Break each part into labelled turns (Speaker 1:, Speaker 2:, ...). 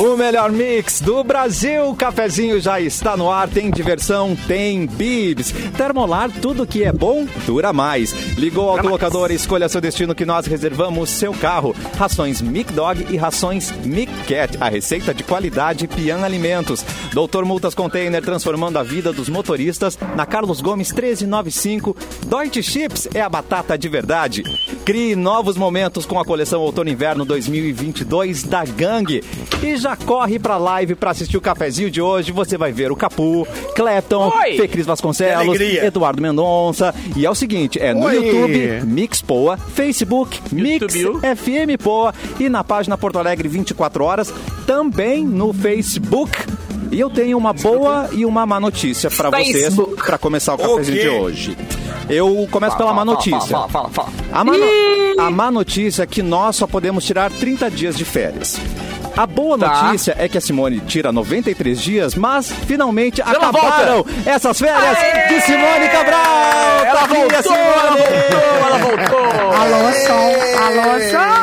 Speaker 1: no melhor mix do Brasil. O cafezinho já está no ar, tem diversão, tem bibs. Termolar, tudo que é bom dura mais. Ligou ao colocador, escolha seu destino que nós reservamos seu carro. Rações Mic Dog e rações Mic Cat, a receita de qualidade Pian Alimentos. Doutor Multas Container, transformando a vida dos motoristas na Carlos Gomes 1395. Deutsche Chips é a batata de verdade. Crie novos momentos com a coleção Outono e Inverno 2022 da Gangue. E já corre pra live pra assistir o cafezinho de hoje. Você vai ver o Capu, Clapton,
Speaker 2: Oi!
Speaker 1: Fê Cris Vasconcelos,
Speaker 3: alegria.
Speaker 1: Eduardo Mendonça. E é o seguinte, é no
Speaker 3: Oi!
Speaker 1: YouTube, Mix Poa, Facebook, Mix
Speaker 2: YouTube.
Speaker 1: FM Poa e na página Porto Alegre 24 horas, também no Facebook. E eu tenho uma boa e uma má notícia pra vocês
Speaker 2: Facebook.
Speaker 1: pra começar o cafezinho
Speaker 3: quê?
Speaker 1: de hoje. Eu começo pela má notícia.
Speaker 2: Fala, fala, fala. fala.
Speaker 1: A má, no- a má notícia é que nós só podemos tirar 30 dias de férias. A boa
Speaker 2: Tá.
Speaker 1: notícia é que a Simone tira 93 dias, mas finalmente
Speaker 2: Ela
Speaker 1: acabaram essas férias de Simone Cabral!
Speaker 2: assim, Ela
Speaker 1: Tá aqui a
Speaker 2: voltou,
Speaker 1: Simone!
Speaker 2: ela voltou, ela voltou.
Speaker 4: Alô, som. Alô, som.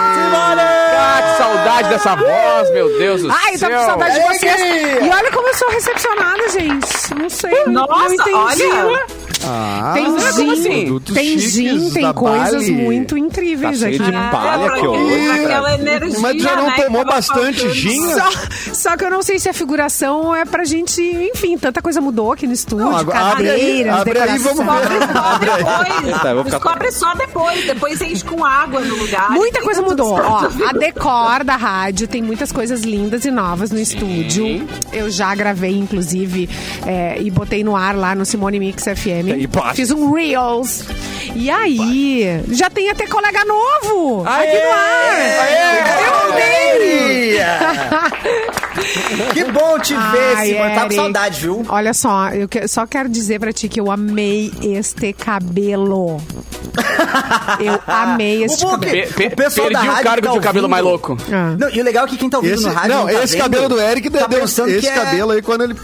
Speaker 2: Ah, que saudade dessa voz, meu Deus do
Speaker 4: Ai, eu
Speaker 2: céu.
Speaker 4: tava com saudade de vocês. E olha como eu sou recepcionada, gente. Não sei.
Speaker 2: Nossa,
Speaker 4: não entendi.
Speaker 2: olha.
Speaker 3: Ah,
Speaker 4: Tem
Speaker 2: mas
Speaker 4: gin,
Speaker 2: como assim?
Speaker 3: Produtos
Speaker 4: tem, gin,
Speaker 3: chiques
Speaker 4: tem
Speaker 3: da
Speaker 4: coisas
Speaker 3: Bali.
Speaker 4: muito incríveis
Speaker 1: Tá
Speaker 4: aqui.
Speaker 1: cheio de
Speaker 5: Ah,
Speaker 1: palha que
Speaker 5: Aquela-
Speaker 1: horror.
Speaker 5: aquela energia,
Speaker 3: Mas já não
Speaker 5: né,
Speaker 3: tomou
Speaker 5: que tava
Speaker 3: bastante
Speaker 5: faltando.
Speaker 3: gin?
Speaker 4: Só, só que eu não sei se a figuração é pra gente... Enfim, tanta coisa mudou aqui no estúdio.
Speaker 3: Não, agora abre aí,
Speaker 4: cadeiras,
Speaker 3: abre aí,
Speaker 4: decoração.
Speaker 3: vamos ver.
Speaker 5: Descobre só depois.
Speaker 1: Tá, eu vou ficar-
Speaker 5: Descobre só depois. Depois enche com água no lugar.
Speaker 4: Muita
Speaker 5: Fica
Speaker 4: coisa
Speaker 5: tá tudo
Speaker 4: mudou. Ó,
Speaker 5: certo.
Speaker 4: a decor da rádio tem muitas coisas lindas e novas no estúdio. Eu já gravei, inclusive, é, e botei no ar lá no Simone Mix FM.
Speaker 1: Tem imagens.
Speaker 4: Fiz um Reels. E aí, já tem até colega novo
Speaker 1: Aê!
Speaker 4: aqui no ar. Eu amei!
Speaker 6: Que bom te ver,
Speaker 4: Ai,
Speaker 6: Simone. Tava tá com
Speaker 4: Eric.
Speaker 6: saudade, viu?
Speaker 4: Olha só, eu que- só quero dizer pra ti que eu amei este cabelo. Eu amei este
Speaker 6: O Boca-
Speaker 4: cabelo.
Speaker 2: Pe- pe-
Speaker 6: O pessoal da
Speaker 2: perdi o
Speaker 6: rádio
Speaker 2: cargo
Speaker 6: tá
Speaker 2: de o cabelo
Speaker 6: ouvindo.
Speaker 2: mais louco.
Speaker 4: Ah.
Speaker 6: Não, e o legal é que quem tá ouvindo
Speaker 3: Esse,
Speaker 6: no rádio.
Speaker 3: não,
Speaker 6: tá
Speaker 3: esse
Speaker 6: vendo,
Speaker 3: cabelo do Eric
Speaker 6: tá
Speaker 3: deu esse
Speaker 6: pensando que é- Ah.
Speaker 3: cabelo aí quando ele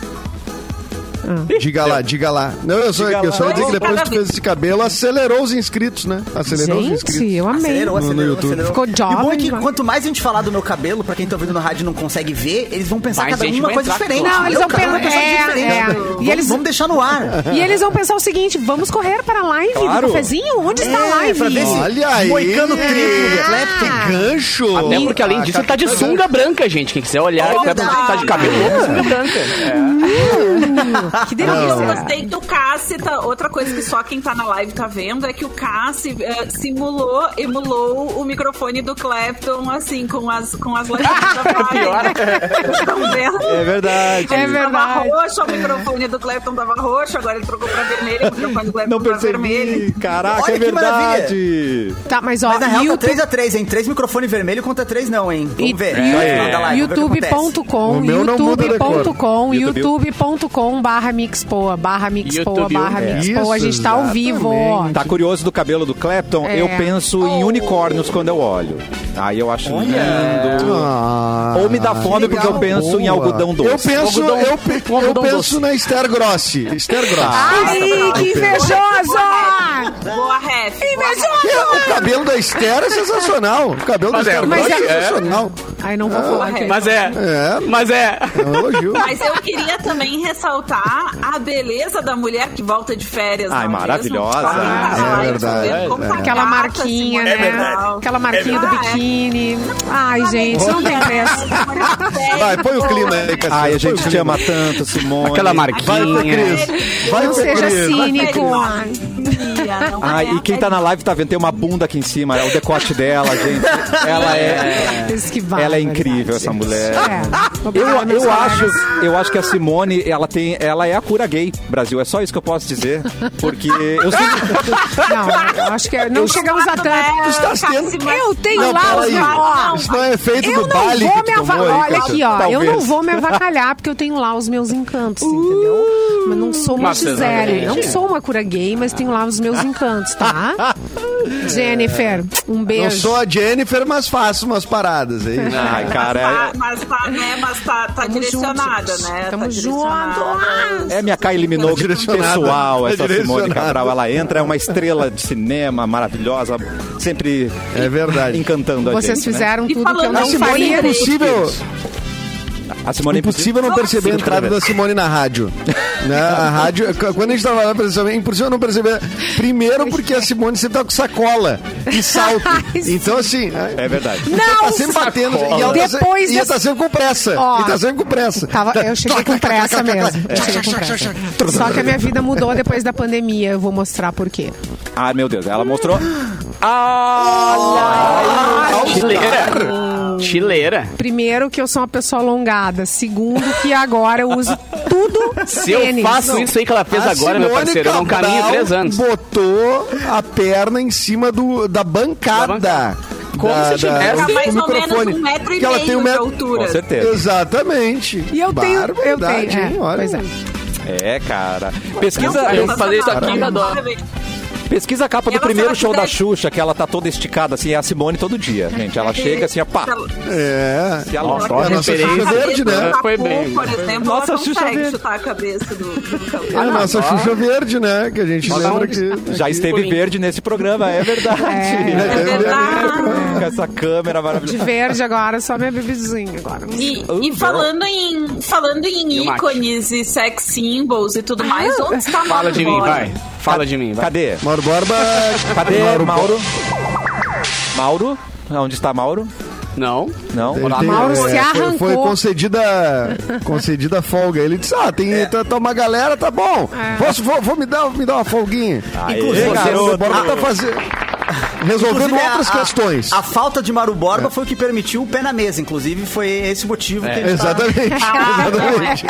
Speaker 3: Diga lá, diga lá. Não, eu só, eu só ia dizer que depois que tu fez esse cabelo, acelerou os inscritos, né? Acelerou os
Speaker 4: Gente,
Speaker 3: inscritos.
Speaker 4: eu amei.
Speaker 6: Acelerou, acelerou,
Speaker 3: YouTube.
Speaker 6: acelerou.
Speaker 4: Ficou
Speaker 6: E o bom é
Speaker 4: jovem, né?
Speaker 6: que
Speaker 4: jovem.
Speaker 6: quanto mais a gente falar do meu cabelo, pra quem tá ouvindo no rádio e não consegue ver, eles vão pensar
Speaker 2: Mais
Speaker 6: cada um
Speaker 2: gente
Speaker 6: uma
Speaker 2: vai
Speaker 6: coisa
Speaker 2: entrar,
Speaker 6: diferente.
Speaker 4: claro. Não, eles
Speaker 6: Meu
Speaker 4: vão
Speaker 6: cabelo é uma
Speaker 4: pensar-
Speaker 6: coisa
Speaker 4: é, é.
Speaker 6: diferente.
Speaker 4: E
Speaker 6: Vamos-
Speaker 4: eles-
Speaker 6: Vamos deixar no ar.
Speaker 4: E eles vão pensar o seguinte: vamos correr para a live
Speaker 1: Claro.
Speaker 4: do cafezinho? Onde está a
Speaker 6: É,
Speaker 4: live?
Speaker 6: pra ver se-
Speaker 3: Olha aí. Ah,
Speaker 6: Moicano triplo,
Speaker 3: Que gancho. Ah,
Speaker 2: Até porque, além disso, ele tá de sunga branca, gente. Quem quiser olhar,
Speaker 6: Olha,
Speaker 2: vai tá de cabelo louco, sunga branca.
Speaker 6: Ah,
Speaker 4: Que
Speaker 5: Eu
Speaker 4: delícia.
Speaker 5: gostei que o Cassi, tá- outra coisa que só quem tá na live tá vendo, é que o Cassi eh, simulou, emulou o microfone do Clapton, assim, com as, com as latinhas da
Speaker 2: Pior.
Speaker 5: Vale. Vocês Estão vendo?
Speaker 1: É verdade.
Speaker 4: É
Speaker 5: Ele Tava
Speaker 4: verdade.
Speaker 5: roxo, o microfone do Clapton tava roxo, agora ele trocou pra vermelho, o microfone do Clapton
Speaker 1: Não
Speaker 5: tá vermelho.
Speaker 1: percebi. Caraca,
Speaker 6: Olha
Speaker 1: é
Speaker 6: que
Speaker 1: verdade.
Speaker 4: Tá, mas ó,
Speaker 6: Mas na real tá
Speaker 4: YouTube-
Speaker 6: 3x3, hein? 3 microfone vermelho contra 3 não, hein?
Speaker 4: e-
Speaker 6: Vamos ver.
Speaker 4: e-
Speaker 6: Vai, manda lá, vamos ver o que acontece.
Speaker 4: youtube.com
Speaker 3: O meu não muda de cor.
Speaker 4: youtube.com
Speaker 1: YouTube.
Speaker 4: youtube.com barra mixpoa barra mixpoa
Speaker 2: YouTube.
Speaker 4: barra
Speaker 2: É.
Speaker 4: mixpoa a
Speaker 3: Isso,
Speaker 4: gente tá ao vivo
Speaker 3: exatamente.
Speaker 1: Tá curioso do cabelo do Clapton?
Speaker 4: É.
Speaker 1: Eu penso em unicórnios quando eu olho. Aí eu acho lindo.
Speaker 3: Ah,
Speaker 1: Ou me dá fome
Speaker 3: que
Speaker 1: porque eu
Speaker 3: legal.
Speaker 1: penso em algodão doce.
Speaker 3: Eu penso,
Speaker 2: Algodão-
Speaker 3: eu, pe- eu
Speaker 2: algodão
Speaker 3: penso
Speaker 2: doce.
Speaker 3: na Esther Grossi. Esther Grossi.
Speaker 6: Ah.
Speaker 4: ai
Speaker 6: tá
Speaker 4: que invejosa
Speaker 5: Boa, Ref. boa, Ref.
Speaker 3: Que- É, O cabelo da Esther é sensacional. O cabelo da
Speaker 2: Mas é,
Speaker 3: Esther
Speaker 2: mas
Speaker 3: Grossi é,
Speaker 2: é-
Speaker 3: sensacional.
Speaker 4: ai não vou falar aqui.
Speaker 2: Mas é.
Speaker 3: É.
Speaker 2: Mas é.
Speaker 3: É um elogio.
Speaker 5: Mas eu queria também ressaltar a beleza da mulher que volta de férias.
Speaker 1: Ai,
Speaker 5: não é mesmo?
Speaker 1: maravilhosa.
Speaker 3: É verdade,
Speaker 5: vendo como
Speaker 3: é
Speaker 5: tá
Speaker 3: verdade.
Speaker 4: aquela
Speaker 5: gata,
Speaker 6: É
Speaker 4: marquinha
Speaker 5: Simone
Speaker 4: né
Speaker 5: Cabral.
Speaker 4: aquela marquinha do
Speaker 5: Ah, é.
Speaker 4: biquíni ai gente não tem preço
Speaker 3: Vai, põe o clima aí, Cassiano.
Speaker 1: Ai, a
Speaker 3: Põe o
Speaker 1: gente te
Speaker 3: clima.
Speaker 1: ama tanto, Simone.
Speaker 2: Aquela
Speaker 3: Vai, Fê
Speaker 2: marquinha.
Speaker 3: Cris. Vai,
Speaker 4: não
Speaker 3: Fê
Speaker 4: seja
Speaker 3: Cris.
Speaker 4: cínico
Speaker 5: é
Speaker 1: Ah, e quem tá na live tá vendo, tem uma bunda aqui em cima, é o decote dela, gente. Ela é,
Speaker 4: Diz que vai,
Speaker 1: ela é
Speaker 4: vai,
Speaker 1: incrível, essa mulher.
Speaker 4: É.
Speaker 1: Eu,
Speaker 4: Obrigada, meus
Speaker 1: eu
Speaker 4: colegas.
Speaker 1: acho, eu acho que a Simone, ela tem, ela é a cura gay, Brasil. É só isso que eu posso dizer, porque eu sinto,
Speaker 4: Não, eu acho que é- não chegamos a
Speaker 5: é
Speaker 4: tanto. Eu tenho
Speaker 3: Não,
Speaker 4: lá os
Speaker 3: peraí.
Speaker 4: ó,
Speaker 3: Isso não é efeito
Speaker 4: Eu
Speaker 3: do
Speaker 4: não
Speaker 3: baile
Speaker 4: vou
Speaker 3: que
Speaker 4: me
Speaker 3: tu tomou
Speaker 4: avacalhar.
Speaker 3: aí,
Speaker 4: Olha
Speaker 3: Cassiano.
Speaker 4: aqui, ó. Eu não
Speaker 3: Talvez.
Speaker 4: vou me avacalhar, porque eu tenho lá os meus encantos, entendeu? Mas não sou uma
Speaker 2: Mas vocês não
Speaker 4: Gisele.
Speaker 2: acreditam.
Speaker 4: Não sou uma cura gay, mas tenho lá os meus encantos, tá? Jennifer, um
Speaker 3: Não
Speaker 4: beijo.
Speaker 3: sou a Jennifer, mas faço umas paradas aí. né?
Speaker 1: ai, cara, é-
Speaker 5: Mas tá, mas tá, né, mas tá, tá
Speaker 4: Tamo
Speaker 5: direcionada,
Speaker 4: junto,
Speaker 5: né?
Speaker 4: Tamo
Speaker 5: tá
Speaker 4: junto.
Speaker 5: direcionada.
Speaker 1: é, é minha Kylie Minogue
Speaker 3: Direcionada.
Speaker 1: pessoal,
Speaker 3: É
Speaker 1: essa Simone
Speaker 3: direcionada.
Speaker 1: Cabral. Ela entra, é uma estrela de cinema maravilhosa, sempre
Speaker 3: É verdade.
Speaker 1: encantando a
Speaker 4: Vocês
Speaker 1: gente. né?
Speaker 4: fizeram
Speaker 5: E
Speaker 4: tudo que eu
Speaker 5: falando
Speaker 3: A
Speaker 4: não
Speaker 5: em
Speaker 3: Simone é
Speaker 4: faria.
Speaker 5: Cris.
Speaker 3: impossível.
Speaker 1: A Simone pediu.
Speaker 3: Impossível não perceber a entrada da Simone na rádio. Né? A rádio, c- quando a gente tava lá, precisava- é impossível não perceber. Primeiro porque a Simone sempre tá com sacola e salto.
Speaker 4: Ai, sim.
Speaker 3: Então, assim.
Speaker 1: É verdade.
Speaker 3: Ela
Speaker 4: Não!
Speaker 3: tá sempre batendo e ela tá,
Speaker 4: Depois
Speaker 3: se- e ela
Speaker 4: dessa-
Speaker 3: tá sempre com pressa.
Speaker 4: Ó,
Speaker 3: e tá sempre com pressa.
Speaker 4: Tava, eu cheguei com pressa mesmo. Eu cheguei com pressa. Só que a minha vida mudou depois da pandemia. Eu vou mostrar por quê.
Speaker 1: Ah, meu Deus. Ela mostrou.
Speaker 2: Ah, Chileira. Chileira.
Speaker 4: Primeiro, que eu sou uma pessoa alongada. Segundo, que agora eu uso tudo
Speaker 2: Se eu
Speaker 4: tênis.
Speaker 2: faço isso aí que ela fez agora, meu
Speaker 3: Ah, Simone
Speaker 2: parceiro, eu não
Speaker 3: Cabral
Speaker 2: caminho há três anos.
Speaker 3: Botou a perna em cima do,
Speaker 2: Da
Speaker 3: da bancada.
Speaker 2: bancada. Como
Speaker 3: Da-
Speaker 2: se
Speaker 3: da-
Speaker 2: tivesse-
Speaker 5: Tá
Speaker 3: do
Speaker 5: mais ou menos
Speaker 3: microfone.
Speaker 5: um metro e
Speaker 3: Que ela tem
Speaker 5: meio
Speaker 3: um
Speaker 5: de
Speaker 3: metro-
Speaker 1: Com
Speaker 5: altura.
Speaker 1: certeza.
Speaker 3: Exatamente.
Speaker 4: E eu tenho. Eu
Speaker 3: Barbaridade,
Speaker 4: tenho.
Speaker 3: hein?
Speaker 4: É,
Speaker 3: Olha.
Speaker 4: pois é.
Speaker 1: É, cara. Pesquisa,
Speaker 5: é,
Speaker 2: eu falei isso aqui,
Speaker 5: Sensacional,
Speaker 2: eu adoro.
Speaker 5: parabéns.
Speaker 1: pesquisa a capa do
Speaker 5: Ela
Speaker 1: primeiro
Speaker 5: será que
Speaker 1: show da
Speaker 5: deve-
Speaker 1: Xuxa, que ela tá toda esticada, assim, é a Simone todo dia, gente. Ela chega assim, ó, pá,
Speaker 2: Ah,
Speaker 3: É.
Speaker 1: se alonga.
Speaker 2: Nossa,
Speaker 3: a nossa
Speaker 2: referência.
Speaker 3: Xuxa Verde, né?
Speaker 5: Papu,
Speaker 2: Foi bem.
Speaker 5: Por exemplo,
Speaker 1: Nossa,
Speaker 5: ela
Speaker 1: Xuxa
Speaker 5: consegue
Speaker 1: Verde.
Speaker 5: chutar a cabeça do, do
Speaker 3: É A
Speaker 5: campeão.
Speaker 3: nossa Xuxa Verde, né? Que a gente
Speaker 2: Nós
Speaker 3: lembra
Speaker 2: vamos-
Speaker 3: que... Né,
Speaker 1: Já esteve verde nesse programa, é verdade.
Speaker 4: É,
Speaker 5: É verdade.
Speaker 1: Com essa câmera
Speaker 4: De
Speaker 1: maravilhosa.
Speaker 4: verde agora, só minha bebezinha agora.
Speaker 5: E, e falando em, falando em
Speaker 2: Eu acho.
Speaker 5: ícones e sex symbols e
Speaker 1: Ah,
Speaker 5: tudo mais, onde está
Speaker 2: Fala de mim,
Speaker 5: Mauro
Speaker 2: vai.
Speaker 5: Borba?
Speaker 2: Fala de mim, vai.
Speaker 1: Cadê?
Speaker 3: Mauro Borba...
Speaker 1: Cadê
Speaker 3: Mauro
Speaker 1: Mauro? É, Mauro? É Onde está Mauro?
Speaker 2: Não.
Speaker 1: Não?
Speaker 3: Ele
Speaker 1: Olá,
Speaker 3: tem- é,
Speaker 1: Mauro.
Speaker 4: Mauro se
Speaker 3: foi-
Speaker 4: arrancou.
Speaker 3: Foi, concedida, concedida folga. Ele disse: Ah,
Speaker 2: É.
Speaker 3: tem tá, tá uma galera, tá bom.
Speaker 4: É.
Speaker 3: Posso, vou, vou me, dar, me dar uma folguinha.
Speaker 1: Aê,
Speaker 3: Inclusive,
Speaker 1: garoto.
Speaker 3: o Borba tá fazendo. Resolvendo
Speaker 6: Ah. Inclusive, é,
Speaker 3: outras questões.
Speaker 6: A falta de Maru Borba foi o que permitiu o pé na mesa. Inclusive, foi esse o motivo que tá- ele
Speaker 3: Exatamente. Exatamente.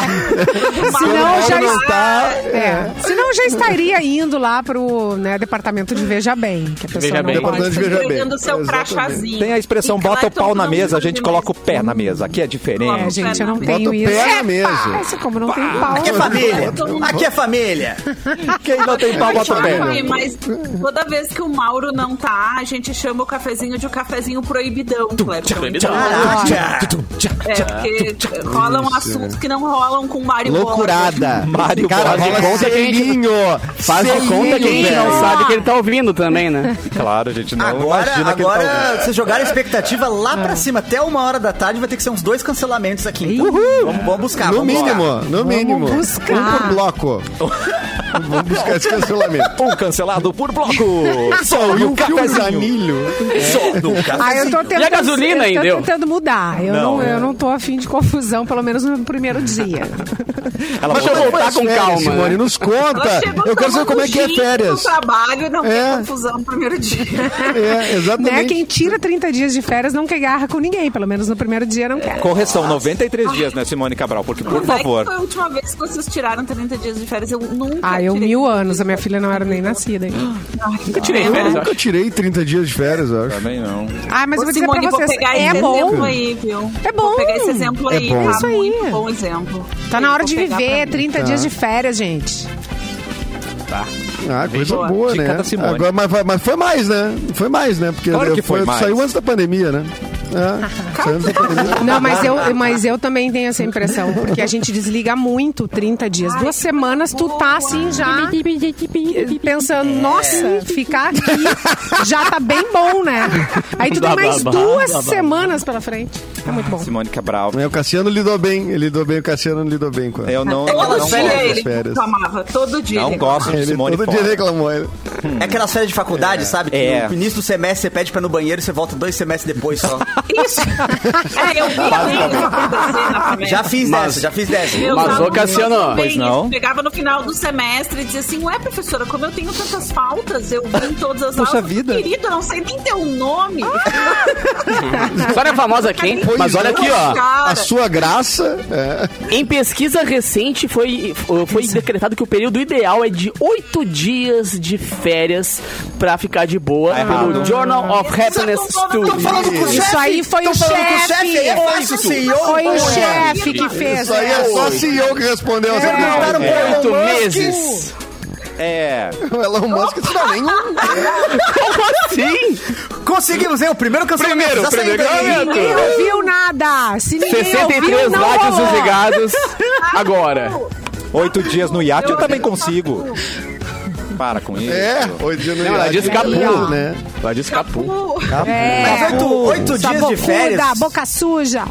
Speaker 4: Senão
Speaker 3: Mauro
Speaker 4: já
Speaker 5: né?
Speaker 3: não
Speaker 4: está.
Speaker 3: tá,
Speaker 4: É. Senão já estaria indo lá pro né, departamento de Veja Bem. Que a pessoa
Speaker 2: Veja
Speaker 4: não
Speaker 2: Bem.
Speaker 4: pode-
Speaker 3: Departamento de Veja Bem.
Speaker 5: Pegando seu
Speaker 3: Exatamente.
Speaker 5: crachazinho.
Speaker 1: Tem a expressão
Speaker 5: E é
Speaker 1: bota o
Speaker 5: Clayton
Speaker 1: pau na
Speaker 5: não
Speaker 1: mesa, a
Speaker 5: vive
Speaker 1: gente
Speaker 5: mais.
Speaker 1: coloca o pé na mesa. Aqui é
Speaker 4: É,
Speaker 1: diferente.
Speaker 4: gente, eu não
Speaker 5: Bota
Speaker 4: tenho
Speaker 3: o
Speaker 4: isso.
Speaker 3: pé na
Speaker 4: Epa,
Speaker 3: mesa.
Speaker 4: esse como não tem pau.
Speaker 6: Aqui é família. Aqui é família.
Speaker 1: Quem não tem pau,
Speaker 5: Mas,
Speaker 1: bota o pé.
Speaker 5: Mauro, Mas toda vez que o Mauro não tá, a gente chama o cafezinho de o cafezinho proibidão, Clepton.
Speaker 2: proibidão.
Speaker 6: Caraca.
Speaker 5: É, porque rolam assuntos que não rolam com o Mário Borba.
Speaker 3: Loucurada.
Speaker 1: Mário
Speaker 3: Cara,
Speaker 1: Borba.
Speaker 3: rola
Speaker 2: Faz de conta que a gente-
Speaker 3: selinho.
Speaker 2: Faz de conta que a gente não
Speaker 3: velho.
Speaker 2: sabe que ele tá ouvindo também, né?
Speaker 1: Claro, a gente não
Speaker 6: Agora,
Speaker 1: imagina que ele tá ouvindo.
Speaker 6: agora vocês jogaram a expectativa lá pra cima. Até uma hora da tarde vai ter que ser uns dois cancelamentos aqui. Então, Vamos, vamos buscar.
Speaker 3: No
Speaker 6: vamos lá.
Speaker 3: mínimo, no mínimo.
Speaker 4: buscar.
Speaker 3: Um por bloco. Vamos buscar esse cancelamento.
Speaker 1: Um cancelado por bloco. Só
Speaker 3: E
Speaker 1: no
Speaker 3: um fio de
Speaker 1: cafezinho.
Speaker 3: anilho.
Speaker 1: Só no
Speaker 4: Ah,
Speaker 5: assim,
Speaker 4: eu tô tentando,
Speaker 2: gasolina
Speaker 4: eu tô
Speaker 2: ainda?
Speaker 4: tentando mudar. Eu não,
Speaker 1: Não, é.
Speaker 4: eu não tô afim de confusão, pelo menos no primeiro dia.
Speaker 1: Ela
Speaker 2: Mas
Speaker 1: voltou.
Speaker 2: eu vou- voltar
Speaker 3: Mas
Speaker 2: com
Speaker 3: férias,
Speaker 2: calma,
Speaker 3: Simone,
Speaker 2: né?
Speaker 3: nos
Speaker 5: Ela
Speaker 3: conta.
Speaker 5: chegou
Speaker 3: Tá, Eu quero
Speaker 5: tomando
Speaker 3: saber como é que é
Speaker 5: gin
Speaker 3: férias.
Speaker 5: No trabalho, não
Speaker 3: É.
Speaker 5: tem confusão no primeiro dia.
Speaker 3: É,
Speaker 4: né?
Speaker 3: exatamente.
Speaker 4: Quem tira 30 dias de férias não quer garra com ninguém, pelo menos no primeiro dia não quer.
Speaker 1: Correção, 93 dias, né, Simone Cabral? Porque, por
Speaker 5: Quando é que
Speaker 1: favor.
Speaker 5: Foi a última vez que vocês tiraram 30 dias de férias. Eu nunca.
Speaker 4: Ah, eu
Speaker 5: tirei
Speaker 4: mil
Speaker 5: 30
Speaker 4: anos, a
Speaker 5: dias.
Speaker 4: minha filha não era nem nascida. hein?
Speaker 2: Eu tirei férias, eu
Speaker 3: Nunca
Speaker 2: acho.
Speaker 3: tirei 30 dias de férias, eu acho.
Speaker 1: Também não.
Speaker 4: Ah, mas
Speaker 5: Ô,
Speaker 4: eu vou dizer
Speaker 5: Simone,
Speaker 4: pra vocês,
Speaker 5: vou pegar
Speaker 4: é
Speaker 5: esse exemplo
Speaker 4: bom.
Speaker 5: aí, viu?
Speaker 4: É bom.
Speaker 5: Vou pegar esse exemplo
Speaker 3: É
Speaker 5: aí,
Speaker 3: bom.
Speaker 5: tá?
Speaker 4: Isso aí.
Speaker 5: Muito bom exemplo.
Speaker 4: Tá na hora de
Speaker 5: Vou pegar pra
Speaker 4: viver
Speaker 5: mim.
Speaker 4: 30 dias de férias, gente.
Speaker 3: Ah, coisa
Speaker 5: Boa.
Speaker 3: boa,
Speaker 1: Dica
Speaker 3: né?
Speaker 1: da Simone.
Speaker 3: Agora, mas, foi- mas foi mais, né? Foi mais, né? Porque
Speaker 1: Claro que
Speaker 3: eu-
Speaker 1: foi mais.
Speaker 3: saiu antes da pandemia, né? É, saiu antes da pandemia.
Speaker 4: Não, mas eu, mas eu também tenho essa impressão, porque a gente desliga muito 30 dias. Duas semanas, tu tá assim já pensando,
Speaker 6: É.
Speaker 4: nossa, ficar aqui já tá bem bom, né? Aí tu tem mais duas semanas pela frente. É muito bom.
Speaker 1: Simone Cabral.
Speaker 3: É, O Cassiano lidou bem, ele lidou bem, o Cassiano lidou bem com ela.
Speaker 1: É, Eu não,
Speaker 5: Todo
Speaker 1: não,
Speaker 5: dia
Speaker 1: gosto.
Speaker 5: ele
Speaker 3: férias.
Speaker 5: reclamava. Todo dia.
Speaker 1: não
Speaker 5: ele
Speaker 1: gosto de
Speaker 3: Ele
Speaker 1: Simone
Speaker 3: todo
Speaker 1: fora.
Speaker 3: dia reclamou. ele-
Speaker 6: É aquelas férias de faculdade, sabe? Que
Speaker 1: É.
Speaker 6: no início do semestre você pede pra ir no banheiro e você volta dois semestres depois só.
Speaker 5: Isso. É, eu vi isso acontecer na família.
Speaker 6: já fiz
Speaker 2: Mas-
Speaker 6: dessa, já fiz dessa.
Speaker 5: Meus
Speaker 2: Mas, ô,
Speaker 5: alunos
Speaker 2: Cassiano,
Speaker 5: também,
Speaker 1: pois
Speaker 5: isso.
Speaker 1: não?
Speaker 5: Pegava no final do semestre e dizia assim: Ué, professora, como eu tenho tantas faltas, eu vim em todas as
Speaker 1: Puxa
Speaker 5: aulas.
Speaker 1: vida.
Speaker 5: Querido, eu não sei nem teu nome.
Speaker 2: Só não é famosa aqui, hein?
Speaker 3: Pois
Speaker 2: Mas olha
Speaker 3: é.
Speaker 2: aqui, ó.
Speaker 5: Cara,
Speaker 3: A sua graça. é.
Speaker 2: Em pesquisa recente foi, foi decretado que o período ideal é de oito dias de férias pra ficar de boa
Speaker 1: Tá
Speaker 2: pelo
Speaker 1: errado.
Speaker 2: Journal of Happiness
Speaker 6: Tô
Speaker 2: Studies.
Speaker 6: falando com o chefe.
Speaker 4: Isso aí foi
Speaker 6: Tô
Speaker 4: o
Speaker 6: falando com o chefe, aí é
Speaker 4: chefe.
Speaker 6: fácil, CEO. né?
Speaker 4: Foi o
Speaker 6: porra.
Speaker 4: chefe que fez.
Speaker 3: Isso aí é só CEO que respondeu. Vocês perguntaram pro Elon
Speaker 2: Oito
Speaker 3: Musk.
Speaker 2: meses.
Speaker 1: É.
Speaker 3: O Elon Musk isso não é nenhum.
Speaker 2: Como assim?
Speaker 6: Conseguimos, hein? O primeiro
Speaker 2: Primeiro,
Speaker 6: cancelamento. já saiu
Speaker 2: primeiro.
Speaker 6: daí.
Speaker 2: Olha,
Speaker 4: Ninguém ouviu nada. Se ninguém
Speaker 2: 63
Speaker 4: ouviu, não
Speaker 2: likes
Speaker 4: rolou.
Speaker 2: desligados agora.
Speaker 1: Oito dias no iate eu também consigo. Para com isso.
Speaker 3: É, hoje dia no
Speaker 2: Não, ela
Speaker 3: iate,
Speaker 2: disse capu.
Speaker 4: ó.
Speaker 3: né?
Speaker 2: Ela disse capu.
Speaker 6: Mas
Speaker 4: É.
Speaker 6: oito, oito
Speaker 4: Sua
Speaker 6: dias de
Speaker 4: bocuda,
Speaker 6: férias.
Speaker 4: boca suja.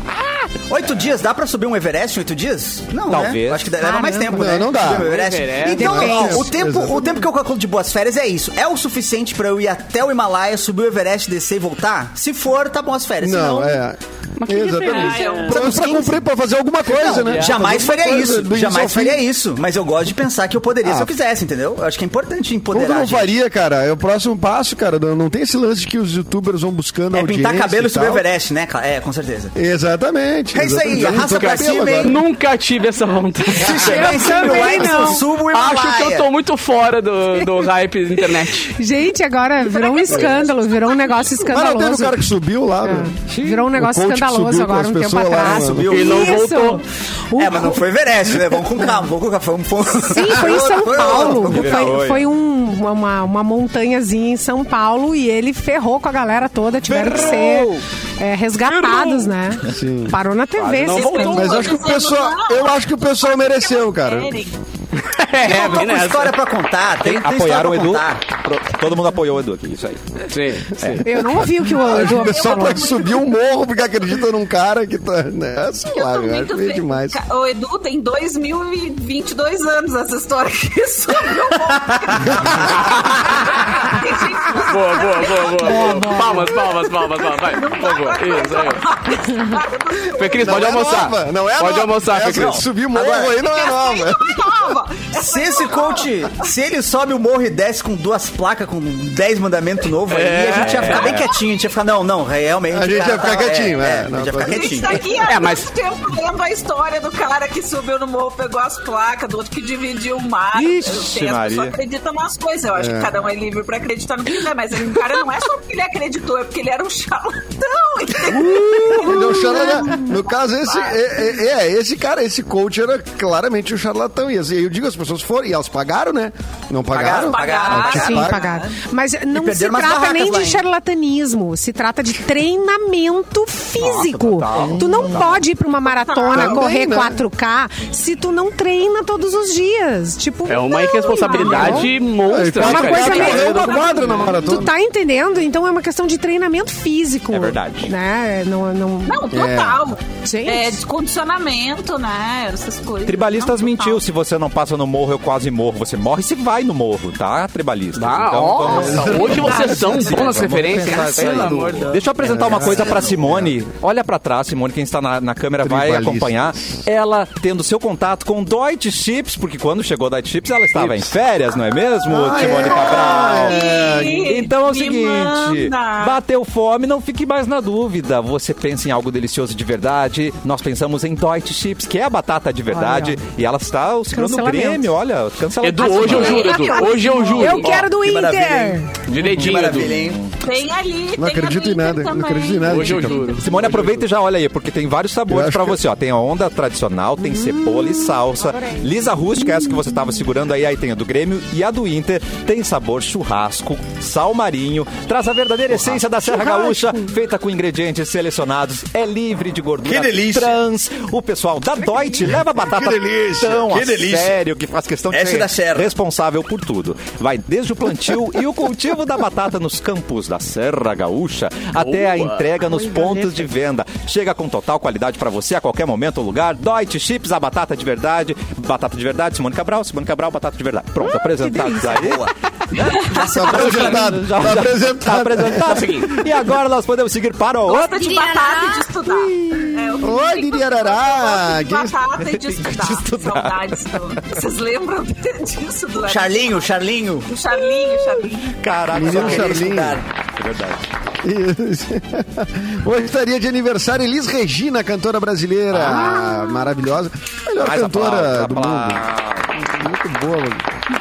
Speaker 6: Oito dias, dá pra subir um Everest em oito dias? Não,
Speaker 1: Talvez.
Speaker 6: Né? Acho que leva mais
Speaker 4: Caramba.
Speaker 6: tempo,
Speaker 3: Não,
Speaker 6: né?
Speaker 3: não dá.
Speaker 6: Subir um Everest.
Speaker 1: Everest.
Speaker 6: Então, ó,
Speaker 4: Depende.
Speaker 6: o, tempo, o
Speaker 3: Exatamente.
Speaker 6: tempo que eu calculo de boas férias é isso. É o suficiente pra eu ir até o Himalaia, subir o Everest, descer e voltar? Se for, tá bom as férias. Se
Speaker 3: Não, é.
Speaker 2: Mas que
Speaker 3: Exatamente.
Speaker 2: diferença?
Speaker 5: Ah, eu-
Speaker 3: Pra, pra cumprir, pra fazer alguma coisa, né?
Speaker 6: Jamais
Speaker 3: Fazer
Speaker 6: faria
Speaker 3: alguma coisa
Speaker 6: isso,
Speaker 3: do início ao
Speaker 6: jamais
Speaker 3: fim.
Speaker 6: faria isso. Mas eu gosto de pensar que eu poderia
Speaker 3: Ah.
Speaker 6: se eu quisesse, entendeu? Eu acho que é importante
Speaker 3: Como
Speaker 6: empoderar.
Speaker 3: que eu não
Speaker 6: a gente.
Speaker 3: faria, cara? É o próximo passo, cara. Não, não tem esse lance de que os youtubers vão buscando
Speaker 6: É
Speaker 3: audiência
Speaker 6: pintar cabelo e subir
Speaker 3: tal.
Speaker 6: o Everest, né? cara? É, com certeza.
Speaker 3: Exatamente.
Speaker 6: É isso aí,
Speaker 3: exatamente.
Speaker 6: arrasta
Speaker 3: Eu tô
Speaker 6: pra
Speaker 3: cabelo
Speaker 6: cima, hein?
Speaker 3: agora.
Speaker 2: Nunca tive essa vontade.
Speaker 6: Se chegar em cima do
Speaker 4: também
Speaker 6: Einstein,
Speaker 4: não.
Speaker 6: subo o
Speaker 2: Acho que eu
Speaker 6: Himalaia.
Speaker 2: tô muito fora do, do hype da internet.
Speaker 4: Gente, agora
Speaker 6: é
Speaker 4: virou um escândalo, virou um negócio
Speaker 3: Mas não teve o
Speaker 4: escandaloso.
Speaker 3: cara que subiu lá, né?
Speaker 4: Virou um negócio
Speaker 3: coach que
Speaker 4: escandaloso
Speaker 3: subiu
Speaker 4: agora,
Speaker 3: com
Speaker 4: um
Speaker 3: as
Speaker 4: tempo
Speaker 3: pessoas lá, né?
Speaker 4: atrás.
Speaker 3: mano.
Speaker 2: E não
Speaker 4: Isso!
Speaker 2: voltou.
Speaker 4: O-
Speaker 6: É, mas não foi Everest, né? Vamos com calma, vamos com calma. Foi um ponto.
Speaker 4: Sim, foi em São Paulo.
Speaker 1: Foi-
Speaker 4: Foi, foi um- uma, uma montanhazinha em São Paulo e ele ferrou com a galera toda, tiveram que
Speaker 1: Ferrou!
Speaker 4: ser é, resgatados, né?
Speaker 3: Sim.
Speaker 4: Parou na TV.
Speaker 1: Claro, não
Speaker 4: esses
Speaker 1: voltou.
Speaker 4: tempos.
Speaker 3: Mas eu acho que o pessoal, eu acho que o pessoal mereceu, cara.
Speaker 2: É,
Speaker 6: Eu tô
Speaker 2: bem
Speaker 6: com
Speaker 2: nessa.
Speaker 6: história pra contar. Tem, tem história
Speaker 1: Apoiaram o
Speaker 6: pra
Speaker 1: Edu.
Speaker 6: contar.
Speaker 1: Pro- Todo mundo apoiou o Edu aqui, isso aí.
Speaker 2: Sim, sim.
Speaker 4: Eu não ouvi o que o
Speaker 3: Acho que
Speaker 4: Edu
Speaker 3: o pessoal
Speaker 4: falou.
Speaker 3: pra subir um morro porque acredita num cara que tá. Né? Sei
Speaker 5: Eu
Speaker 3: lá,
Speaker 5: tô
Speaker 3: eu acho
Speaker 5: muito
Speaker 3: meio
Speaker 5: fe-
Speaker 3: demais.
Speaker 5: Ca- O Edu tem 2022 anos essa história que subiu o monte.
Speaker 2: Boa, boa, boa, boa, boa. Palmas, palmas, palmas, palmas. Vai, por favor. Isso, aí. Fê Cris, pode
Speaker 3: Não é
Speaker 2: almoçar.
Speaker 3: nova, não é
Speaker 2: Pode
Speaker 3: nova.
Speaker 2: almoçar, Fê
Speaker 3: Essa de
Speaker 2: Cris.
Speaker 3: subir morro
Speaker 6: Agora-
Speaker 3: aí
Speaker 5: assim,
Speaker 3: não é nova.
Speaker 6: Se esse coach, se ele sobe o morro e desce com duas placas, com 10 mandamentos novos aí, a gente ia ficar bem quietinho, a gente ia ficar, não, não, realmente.
Speaker 3: A gente
Speaker 6: o cara
Speaker 3: ia ficar
Speaker 6: tá-
Speaker 3: quietinho, é,
Speaker 6: a
Speaker 3: não,
Speaker 6: gente ia ficar
Speaker 3: tô-
Speaker 5: A gente
Speaker 6: quietinho.
Speaker 5: tá aqui há
Speaker 2: É, mas-
Speaker 5: muito tempo lendo a história do cara que subiu no morro, pegou as placas, do outro que dividiu o mar.
Speaker 1: Ixi,
Speaker 5: Tem, as
Speaker 1: Maria.
Speaker 5: pessoas acreditam nas coisas. Eu acho que cada um é livre pra acreditar no que quiser, mas o cara não é só porque ele acreditou, é porque ele era um charlatão.
Speaker 3: Ele é um charlatão. No caso, esse, é, é- é, esse cara, esse coach era claramente um charlatão. E assim, eu digo, as pessoas foram, e elas pagaram, né? Não pagaram?
Speaker 5: Pagaram,
Speaker 3: Não, tinha que
Speaker 4: Sim,
Speaker 3: pagar.
Speaker 4: pagado. Mas não
Speaker 6: perderam
Speaker 4: se
Speaker 6: umas
Speaker 4: trata
Speaker 6: barracas
Speaker 4: nem
Speaker 6: lá,
Speaker 4: de
Speaker 6: hein?
Speaker 4: charlatanismo, se trata de treinamento físico. tu não pode ir pra uma maratona
Speaker 3: Também,
Speaker 4: correr
Speaker 3: né?
Speaker 4: 4K se tu não treina todos os dias. Tipo,
Speaker 2: É
Speaker 4: não,
Speaker 2: uma irresponsabilidade monstra.
Speaker 4: É uma
Speaker 2: cara.
Speaker 4: coisa
Speaker 3: Ela
Speaker 4: meio-
Speaker 3: correu uma quadra
Speaker 4: entendeu?
Speaker 3: na
Speaker 4: Tu
Speaker 3: maratona.
Speaker 4: tá entendendo? Então é uma questão de treinamento físico.
Speaker 1: É verdade.
Speaker 4: Né? Não, não...
Speaker 5: Não, total.
Speaker 4: Gente.
Speaker 5: É, descondicionamento, né? Essas coisas.
Speaker 1: Tribalistas
Speaker 5: Não, total.
Speaker 1: mentiu. Se você não passa no morro, eu quase morro. Você morre se vai no morro, tá, tribalista?
Speaker 2: Ah,
Speaker 1: vamos-
Speaker 2: nossa, hoje vocês são bons nas referências.
Speaker 1: então. Isso aí.
Speaker 2: Pelo amor de Deus. É.
Speaker 1: Deixa eu apresentar uma coisa pra Simone. Olha pra trás, Simone, quem está na, na câmera vai
Speaker 3: Tribalista.
Speaker 1: acompanhar. Ela tendo seu contato com Deutsche Chips, porque quando chegou Deutsche Chips, ela estava em férias, não é mesmo, Simone Cabral?
Speaker 5: Ih,
Speaker 1: Então é o
Speaker 5: me
Speaker 1: seguinte,
Speaker 5: manda.
Speaker 1: bateu fome, não fique mais na dúvida. Você pensa em algo delicioso de verdade. Nós pensamos em Deutsche Chips, que é a batata de verdade. e ela está segurando o
Speaker 4: Cancelamento.
Speaker 1: Grêmio, olha, cancelado.
Speaker 2: Edu, hoje eu juro, Edu. Hoje eu juro.
Speaker 4: Eu
Speaker 2: Ó,
Speaker 4: quero do
Speaker 6: que maravilha,
Speaker 4: Inter!
Speaker 6: hein? Que
Speaker 2: Direitinho, Edu.
Speaker 6: maravilha, hein?
Speaker 5: Tem ali, tem
Speaker 3: Não acredito
Speaker 5: ali
Speaker 3: em nada, não
Speaker 5: também.
Speaker 3: acredito em nada.
Speaker 2: Hoje eu
Speaker 3: Chica.
Speaker 2: juro.
Speaker 1: Simone, aproveita e já olha aí, porque tem vários
Speaker 3: Eu
Speaker 1: sabores
Speaker 3: acho
Speaker 1: pra
Speaker 3: que-
Speaker 7: é-
Speaker 1: você. Ó, tem a onda tradicional, tem cebola e salsa, lisa rústica, essa que você tava segurando aí, aí tem a do Grêmio e a do Inter. Tem sabor churrasco, sal marinho, traz a verdadeira essência da Serra Gaúcha, feita com ingredientes selecionados, é livre de gordura
Speaker 7: Que delícia.
Speaker 1: trans. O pessoal da Deutsche leva a batata
Speaker 7: Que delícia,
Speaker 1: tão
Speaker 7: que
Speaker 1: a
Speaker 7: delícia.
Speaker 1: sério que faz questão de
Speaker 6: Essa é
Speaker 1: ser
Speaker 6: da Serra.
Speaker 1: responsável por tudo. Vai desde o plantio e o cultivo da batata nos campos da Serra Gaúcha até a
Speaker 2: Boa.
Speaker 1: entrega nos pontos de venda. Chega com total qualidade para você a qualquer momento ou lugar. Deutsche Chips, a batata de verdade. Batata de verdade, Simone Cabral. Simone Cabral, batata de verdade.
Speaker 5: Ah,
Speaker 1: Pronto, apresentados aí.
Speaker 3: Tá apresentado. Tá
Speaker 1: Tá
Speaker 3: apresentado.
Speaker 1: apresentado. E agora nós podemos seguir para o outro.
Speaker 5: Gosta de batata e de estudar. É, eu
Speaker 3: Oi,
Speaker 5: fico
Speaker 3: Didi Arará.
Speaker 5: gosto de batata e de estudar.
Speaker 1: De estudar.
Speaker 5: Saudades. do- Vocês lembram disso? Do
Speaker 6: Charlinho, Charlinho.
Speaker 5: Do Charlinho, Charlinho.
Speaker 1: Caraca,
Speaker 3: Menino
Speaker 1: só queria
Speaker 3: Charlinho.
Speaker 1: estudar. É verdade.
Speaker 3: Isso. Hoje estaria de aniversário Elis Regina, cantora brasileira maravilhosa. Melhor
Speaker 1: Mais
Speaker 3: cantora
Speaker 1: aplausos,
Speaker 3: do
Speaker 1: aplausos.
Speaker 3: mundo. Muito boa. mano.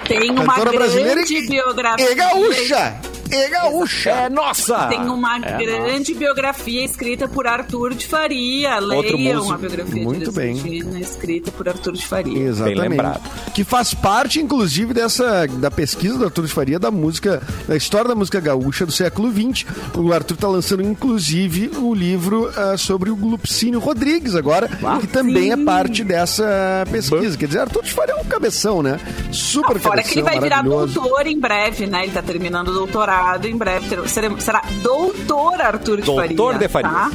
Speaker 5: Tem uma
Speaker 3: Cantora brasileira
Speaker 5: grande
Speaker 3: e,
Speaker 5: biografia.
Speaker 3: e gaúcha. E gaúcha.
Speaker 1: É nossa!
Speaker 5: Tem um uma
Speaker 1: É,
Speaker 5: grande biografia escrita por Arthur de Faria.
Speaker 1: Outro
Speaker 5: Leiam
Speaker 1: músico.
Speaker 5: a biografia
Speaker 3: Muito
Speaker 5: de Elis
Speaker 3: bem.
Speaker 5: Regina, escrita por Arthur de Faria.
Speaker 3: Exatamente.
Speaker 1: Bem lembrado.
Speaker 3: Que faz parte, inclusive, dessa da pesquisa do Arthur de Faria da música, da história da música gaúcha do século XX. O Arthur está lançando, inclusive, o livro ah, sobre o Glupcínio Rodrigues agora, que também é parte dessa pesquisa. Quer dizer, Arthur de Faria é um cabeção, né? Super
Speaker 5: Não, Ah, fora
Speaker 3: cabeção,
Speaker 5: que ele vai virar
Speaker 3: maravilhoso.
Speaker 5: doutor em breve, né? Ele tá terminando o doutorado em breve. Ter- será- Será doutor Arthur de
Speaker 1: Doutor
Speaker 5: Faria.
Speaker 1: de Faria.
Speaker 5: Tá?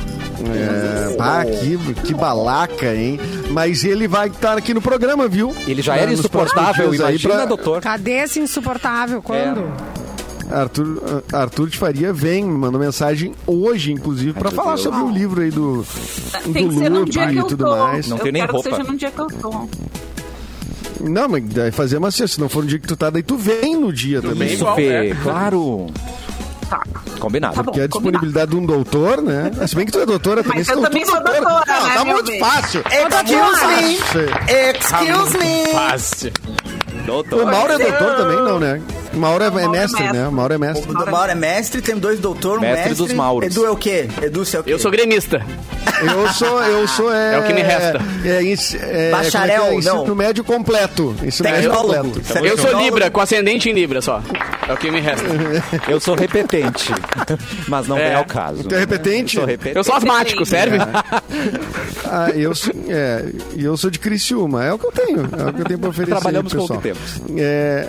Speaker 3: É, bah, que, que balaca, hein? Mas ele vai estar aqui no programa, viu? Tá
Speaker 1: Ele já era
Speaker 3: Nos próximos
Speaker 1: insuportável,
Speaker 3: dias aí
Speaker 1: imagina,
Speaker 3: pra-
Speaker 1: doutor.
Speaker 4: Cadê esse insuportável? Quando?
Speaker 3: Arthur, Arthur de Faria vem, me mandou mensagem hoje, inclusive, pra falar sobre o livro aí do,
Speaker 5: Tem que
Speaker 3: do
Speaker 5: ser num dia que
Speaker 3: e
Speaker 5: eu
Speaker 3: tudo
Speaker 5: tô.
Speaker 3: mais.
Speaker 1: Não
Speaker 5: eu
Speaker 1: tenho nem
Speaker 5: quero que
Speaker 1: roupa.
Speaker 5: seja num dia que eu tô.
Speaker 3: Não, mas daí fazer uma cesta. Se não for no dia que tu tá, daí tu vem no dia também.
Speaker 1: Isso, Fê, claro.
Speaker 5: Tá.
Speaker 1: Combinado.
Speaker 5: Tá bom.
Speaker 3: Que é a disponibilidade de um doutor, né? Ah, Se bem que tu é doutora também.
Speaker 5: Mas
Speaker 3: senão
Speaker 5: eu também
Speaker 3: tu é
Speaker 5: sou doutora,
Speaker 3: Não,
Speaker 5: né,
Speaker 3: tá
Speaker 5: meu
Speaker 3: muito
Speaker 5: bem?
Speaker 3: fácil.
Speaker 6: Excuse
Speaker 3: Fácil.
Speaker 6: me! Excuse me!
Speaker 1: Fácil.
Speaker 3: O
Speaker 1: Doutor.
Speaker 3: Mauro é doutor também, não, né? O Mauro é, é mestre, né? O Mauro é mestre.
Speaker 6: O Mauro é mestre, tem dois doutor, um
Speaker 1: Mestre
Speaker 6: mestre.
Speaker 1: dos Mauros.
Speaker 6: Edu é o quê? Edu, você é o quê?
Speaker 2: Eu sou gremista.
Speaker 3: Eu sou, eu sou é,
Speaker 2: É o que me resta.
Speaker 3: É, ins- é,
Speaker 6: Bacharel,
Speaker 3: como é que é? ensino
Speaker 6: não.
Speaker 3: médio completo. Ensino médio
Speaker 6: Tecnólogo.
Speaker 3: completo.
Speaker 2: Eu sou Libra, com ascendente em Libra só. É o que me resta.
Speaker 1: Eu sou repetente. Mas não
Speaker 2: É.
Speaker 1: é, o caso.
Speaker 3: Tu é repetente?
Speaker 1: Eu sou repetente.
Speaker 2: Eu sou asmático, serve?
Speaker 3: Ah, eu sou, é, e eu sou de Criciúma. É o que eu tenho. É o que eu tenho pra oferecer.
Speaker 1: Trabalhamos
Speaker 3: pessoal.
Speaker 1: pouco tempo.
Speaker 3: É,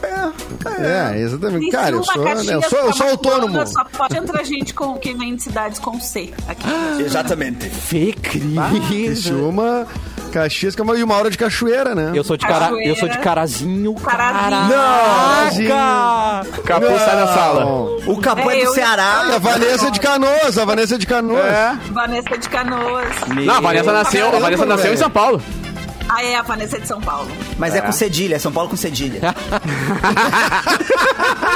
Speaker 3: é, exatamente.
Speaker 5: Criciúma,
Speaker 3: Cara, eu sou, né, eu
Speaker 5: Caxias,
Speaker 3: sou, eu sou
Speaker 5: Camacuã,
Speaker 3: autônomo.
Speaker 5: Só pode entrar gente com, que vem de cidades com C aqui.
Speaker 6: Exatamente.
Speaker 1: Fê, Cris.
Speaker 3: Criciúma, Caxias, Camacuã e uma hora de cachoeira, né?
Speaker 1: Eu sou de cara, eu sou de carazinho.
Speaker 5: Carazinho.
Speaker 1: Caraca!
Speaker 2: Capô sai da sala.
Speaker 3: Ah, Não.
Speaker 6: O Capô
Speaker 5: É,
Speaker 6: é do
Speaker 5: eu-
Speaker 3: E
Speaker 6: Ceará.
Speaker 3: a Vanessa é de Canoas, a Vanessa é de Canoas.
Speaker 5: É. Vanessa de Canoas.
Speaker 2: Não, a Vanessa nasceu, a Vanessa
Speaker 3: Caramba,
Speaker 2: nasceu em
Speaker 3: velho.
Speaker 2: São Paulo.
Speaker 5: Ah, é, a Vanessa de São Paulo.
Speaker 6: Mas é. com cedilha, é São Paulo com cedilha.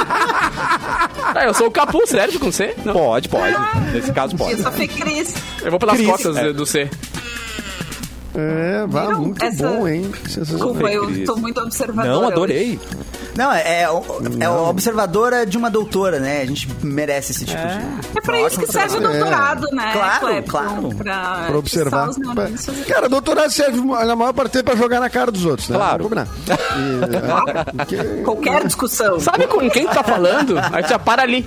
Speaker 2: Ah, eu sou o Capu, serve com C? Não.
Speaker 1: Pode, pode. Nesse caso,
Speaker 5: Eu
Speaker 1: pode.
Speaker 5: só fui Cris.
Speaker 2: Eu vou pelas
Speaker 1: Cris.
Speaker 2: costas
Speaker 1: É.
Speaker 2: do C.
Speaker 3: É, vá,
Speaker 5: Viram
Speaker 3: muito
Speaker 5: essa-
Speaker 3: bom, hein? Sensacional.
Speaker 5: Desculpa, eu
Speaker 1: Cris.
Speaker 5: tô muito observadora.
Speaker 1: Não,
Speaker 5: hoje.
Speaker 1: adorei.
Speaker 6: Não, é, é, é observadora de uma doutora, né? A gente merece esse tipo de.
Speaker 5: É pra isso que serve o
Speaker 3: observadora.
Speaker 5: doutorado, né?
Speaker 6: Claro,
Speaker 5: Clepton?
Speaker 6: claro.
Speaker 5: Pra,
Speaker 3: É, Pra observar.
Speaker 5: fixar os negócios.
Speaker 3: Cara, doutorado serve na maior parte dele pra jogar na cara dos outros, né?
Speaker 1: Claro.
Speaker 3: Vamos combinar. E, é, porque-
Speaker 5: Qualquer discussão.
Speaker 2: Sabe com quem tu tá falando? Aí tu já para ali.